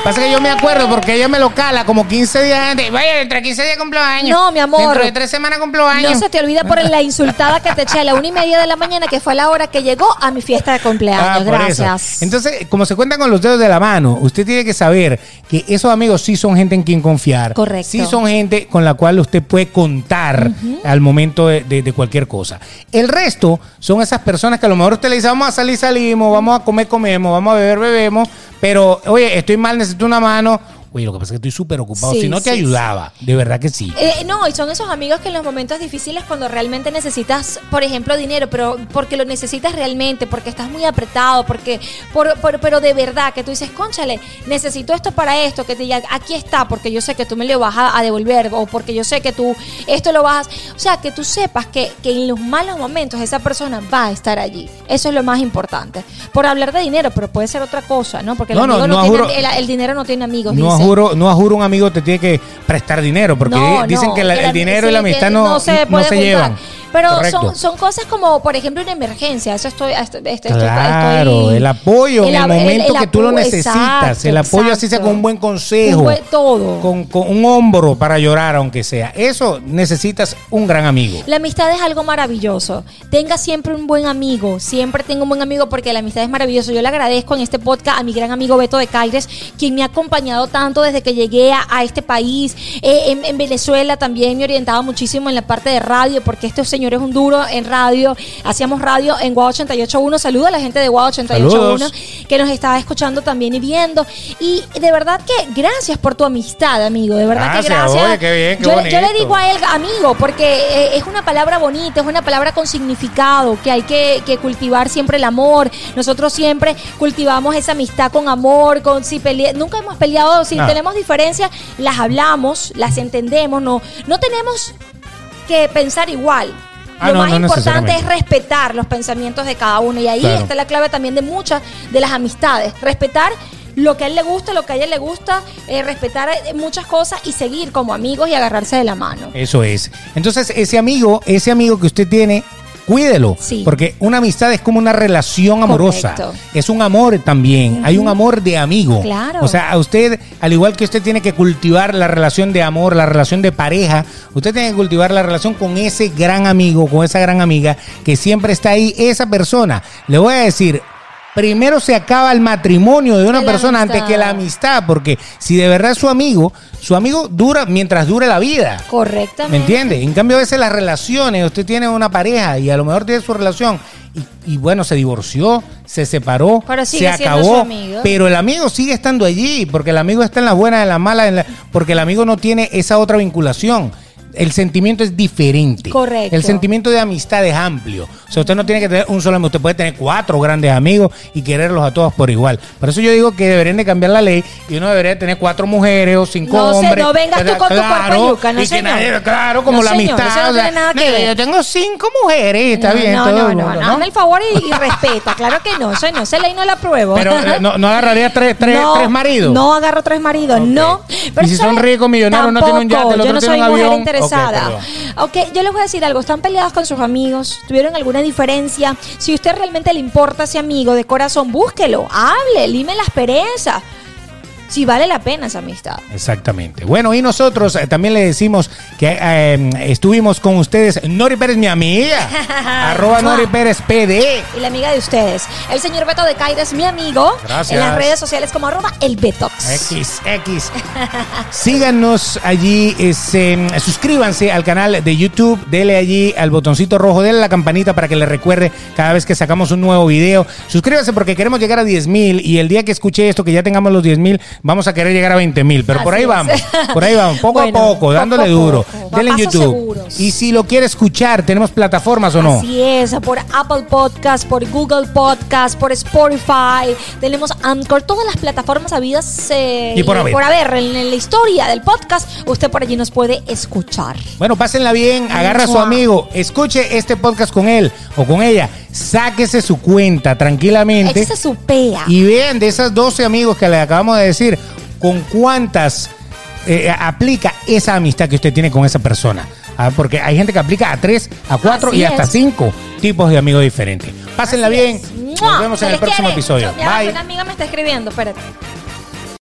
Speaker 1: Pasa que yo me acuerdo porque ella me lo cala como 15 días antes. Vaya, entre 15 días cumplo años.
Speaker 2: No, mi amor.
Speaker 1: Dentro de tres semanas cumplo años.
Speaker 2: No se te olvida por la insultada que te eché a la una y media de la mañana, que fue la hora que llegó a mi fiesta de
Speaker 1: Ah,
Speaker 2: cumpleaños.
Speaker 1: por eso.
Speaker 2: Gracias.
Speaker 1: Entonces, como se cuentan con los dedos de la mano, usted tiene que saber que esos amigos sí son gente en quien confiar.
Speaker 2: Correcto.
Speaker 1: Sí son gente con la cual usted puede contar al momento de, de- de cualquier cosa. El resto son esas personas que a lo mejor usted le dice, vamos a salir, salimos, vamos a comer, comemos, vamos a beber, bebemos, pero, oye, estoy mal, necesito una mano. Oye, lo que pasa es que estoy súper ocupado.
Speaker 2: Sí,
Speaker 1: si no te
Speaker 2: sí,
Speaker 1: ayudaba, de verdad que sí.
Speaker 2: Eh, no, y son esos amigos que en los momentos difíciles, cuando realmente necesitas, por ejemplo, dinero, pero porque lo necesitas realmente, porque estás muy apretado, porque, por, por- pero de verdad, que tú dices, conchale, necesito esto para esto, que te digan, aquí está, porque yo sé que tú me lo vas a, a devolver, o porque yo sé que tú esto lo vas a... O sea, que tú sepas que, que en los malos momentos esa persona va a estar allí. Eso es lo más importante. Por hablar de dinero, pero puede ser otra cosa, ¿no? Porque el,
Speaker 1: No, no,
Speaker 2: amigo no
Speaker 1: no,
Speaker 2: tiene-
Speaker 1: juro-
Speaker 2: el- el dinero no tiene amigos.
Speaker 1: No
Speaker 2: dice.
Speaker 1: juro, no juro un amigo te tiene que prestar dinero, porque
Speaker 2: No,
Speaker 1: dicen
Speaker 2: no,
Speaker 1: que la- el,
Speaker 2: ami-
Speaker 1: dinero y
Speaker 2: sí,
Speaker 1: la
Speaker 2: que
Speaker 1: amistad no, no se,
Speaker 2: puede juntar.
Speaker 1: llevan.
Speaker 2: Pero
Speaker 1: Correcto.
Speaker 2: son, son cosas como, por ejemplo, una emergencia. Eso estoy. estoy- estoy-
Speaker 1: Claro,
Speaker 2: estoy-
Speaker 1: el apoyo en el
Speaker 2: ab-
Speaker 1: momento
Speaker 2: el
Speaker 1: que tú lo
Speaker 2: apoyo,
Speaker 1: necesitas.
Speaker 2: exacto,
Speaker 1: el apoyo así sea
Speaker 2: exacto.
Speaker 1: con un buen consejo.
Speaker 2: Un buen- todo.
Speaker 1: Con, con un hombro para llorar, aunque sea. Eso necesitas un gran amigo.
Speaker 2: La amistad es algo maravilloso. Tenga siempre un buen amigo. Siempre tengo un buen amigo porque la amistad es maravillosa. Yo le agradezco en este podcast a mi gran amigo Beto de Caires, quien me ha acompañado tanto desde que llegué a, a este país. Eh, en, en Venezuela también me orientaba muchísimo en la parte de radio, porque este señor es un duro en radio. Hacíamos radio en Guau 881. Saludo a la gente de Guau 881
Speaker 1: Saludos.
Speaker 2: que nos estaba escuchando también y viendo. Y de verdad que gracias por tu amistad, amigo. De verdad que
Speaker 1: Gracias,
Speaker 2: gracias.
Speaker 1: oye, qué bien, qué
Speaker 2: yo, le- yo le
Speaker 1: bonito.
Speaker 2: digo a a él, amigo, porque eh, es una palabra bonita, es una palabra con significado, que hay que, que cultivar siempre el amor. Nosotros siempre cultivamos esa amistad con amor, con si pelea, nunca hemos peleado, si
Speaker 1: No.
Speaker 2: tenemos diferencias, las hablamos, las entendemos, no, no tenemos que pensar igual.
Speaker 1: Ah,
Speaker 2: Lo
Speaker 1: no,
Speaker 2: más
Speaker 1: no
Speaker 2: importante es
Speaker 1: necesariamente.
Speaker 2: respetar los pensamientos de cada uno y ahí
Speaker 1: Claro.
Speaker 2: está la clave también de muchas de las amistades. Respetar lo que a él le gusta, lo que a ella le gusta, eh, respetar eh, muchas cosas y seguir como amigos y agarrarse de la mano.
Speaker 1: Eso es. Entonces, ese amigo, ese amigo que usted tiene, cuídelo.
Speaker 2: Sí.
Speaker 1: Porque una amistad es como una relación amorosa.
Speaker 2: Correcto.
Speaker 1: Es un amor también. Hay un amor de amigo.
Speaker 2: Claro.
Speaker 1: O sea, a usted, al igual que usted tiene que cultivar la relación de amor, la relación de pareja, usted tiene que cultivar la relación con ese gran amigo, con esa gran amiga que siempre está ahí, esa persona. Le voy a decir. primero se acaba el matrimonio de una
Speaker 2: Que la
Speaker 1: persona antes
Speaker 2: amistad.
Speaker 1: que la amistad, porque si de verdad es su amigo, su amigo dura mientras dure la vida. ¿Me
Speaker 2: Correctamente.
Speaker 1: entiende? En cambio, a veces las relaciones, usted tiene una pareja y a lo mejor tiene su relación y, y bueno, se divorció, se separó,
Speaker 2: Pero
Speaker 1: se
Speaker 2: sigue siendo
Speaker 1: acabó,
Speaker 2: su amigo.
Speaker 1: pero el amigo sigue estando allí, porque el amigo está en las buenas, en las malas, en la- porque el amigo no tiene esa otra vinculación. El sentimiento es diferente.
Speaker 2: Correcto.
Speaker 1: El sentimiento de amistad es amplio. O sea, usted no tiene que tener un solo amigo, usted puede tener cuatro grandes amigos y quererlos a todos por igual. Por eso yo digo que deberían de cambiar la ley y uno debería tener cuatro mujeres o cinco
Speaker 2: No, se-
Speaker 1: hombres.
Speaker 2: no vengas tú con tu cuerpo yuca, no,
Speaker 1: y que
Speaker 2: señor.
Speaker 1: nadie- claro, como
Speaker 2: No,
Speaker 1: la
Speaker 2: señor,
Speaker 1: amistad.
Speaker 2: eso no
Speaker 1: o sea,
Speaker 2: tiene nada que
Speaker 1: mira,
Speaker 2: ver.
Speaker 1: eh, Yo tengo cinco mujeres, y está
Speaker 2: no,
Speaker 1: bien.
Speaker 2: No,
Speaker 1: todo
Speaker 2: no,
Speaker 1: el
Speaker 2: no,
Speaker 1: mundo,
Speaker 2: no, hazme el favor y, y respeta. Claro que no, soy no, esa ley no la apruebo.
Speaker 1: Pero eh, no, no agarraría tres, tres,
Speaker 2: No,
Speaker 1: tres maridos.
Speaker 2: No agarro tres maridos, no.
Speaker 1: Y si
Speaker 2: tú sabes-
Speaker 1: son ricos, millonarios, uno tiene un yate, el
Speaker 2: Tampoco,
Speaker 1: otro
Speaker 2: Yo no
Speaker 1: tiene
Speaker 2: soy
Speaker 1: un
Speaker 2: mujer
Speaker 1: avión.
Speaker 2: interesada. Ok, yo les voy a decir algo. ¿Están peleadas con sus amigos? ¿Tuvieron alguna diferencia? Si usted realmente le importa a ese amigo de corazón, búsquelo, hable, lime las perezas. Si vale la pena esa amistad.
Speaker 1: Exactamente. Bueno, y nosotros eh, también le decimos que eh, estuvimos con ustedes. Nori Pérez, mi amiga. arroba
Speaker 2: Ah.
Speaker 1: Nori Pérez PD.
Speaker 2: y la amiga de ustedes. El señor Beto de Caires, mi amigo.
Speaker 1: Gracias.
Speaker 2: En las redes sociales como arroba el Betox.
Speaker 1: XX. Síganos allí, es, eh, suscríbanse al canal de YouTube, dele allí al botoncito rojo, dele a la campanita para que le recuerde cada vez que sacamos un nuevo video. Suscríbanse porque queremos llegar a 10 mil y el día que escuche esto, que ya tengamos los 10 mil, vamos a querer llegar a 20 mil. Pero por
Speaker 2: Así
Speaker 1: ahí
Speaker 2: es.
Speaker 1: vamos, por ahí vamos, poco
Speaker 2: Bueno,
Speaker 1: a poco,
Speaker 2: poco
Speaker 1: dándole
Speaker 2: a
Speaker 1: duro.
Speaker 2: poco,
Speaker 1: Dele en
Speaker 2: a pasos
Speaker 1: YouTube.
Speaker 2: seguros.
Speaker 1: Y si lo quiere escuchar, ¿tenemos plataformas o no?
Speaker 2: Así es, por Apple Podcast, por Google Podcast, por Spotify, tenemos Anchor, todas las plataformas habidas eh,
Speaker 1: Y por haber.
Speaker 2: en, en la historia del podcast, usted por allí nos puede escuchar.
Speaker 1: Bueno, pásenla bien, agarra a su
Speaker 2: Mua.
Speaker 1: amigo, escuche este podcast con él o con ella, sáquese su cuenta tranquilamente
Speaker 2: Esa es su pea.
Speaker 1: y vean de esas 12 amigos que le acabamos de decir, con cuántas eh, aplica esa amistad que usted tiene con esa persona. Ah, porque hay gente que aplica a 3, a 4
Speaker 2: Así
Speaker 1: y hasta
Speaker 2: es.
Speaker 1: 5 tipos de amigos diferentes. Pásenla
Speaker 2: Así
Speaker 1: bien,
Speaker 2: es.
Speaker 1: nos
Speaker 2: ¡Mua!
Speaker 1: vemos
Speaker 2: Se
Speaker 1: en el
Speaker 2: les
Speaker 1: próximo
Speaker 2: quiere.
Speaker 1: episodio.
Speaker 2: Ya,
Speaker 1: Bye.
Speaker 2: Una amiga me está escribiendo, espérate.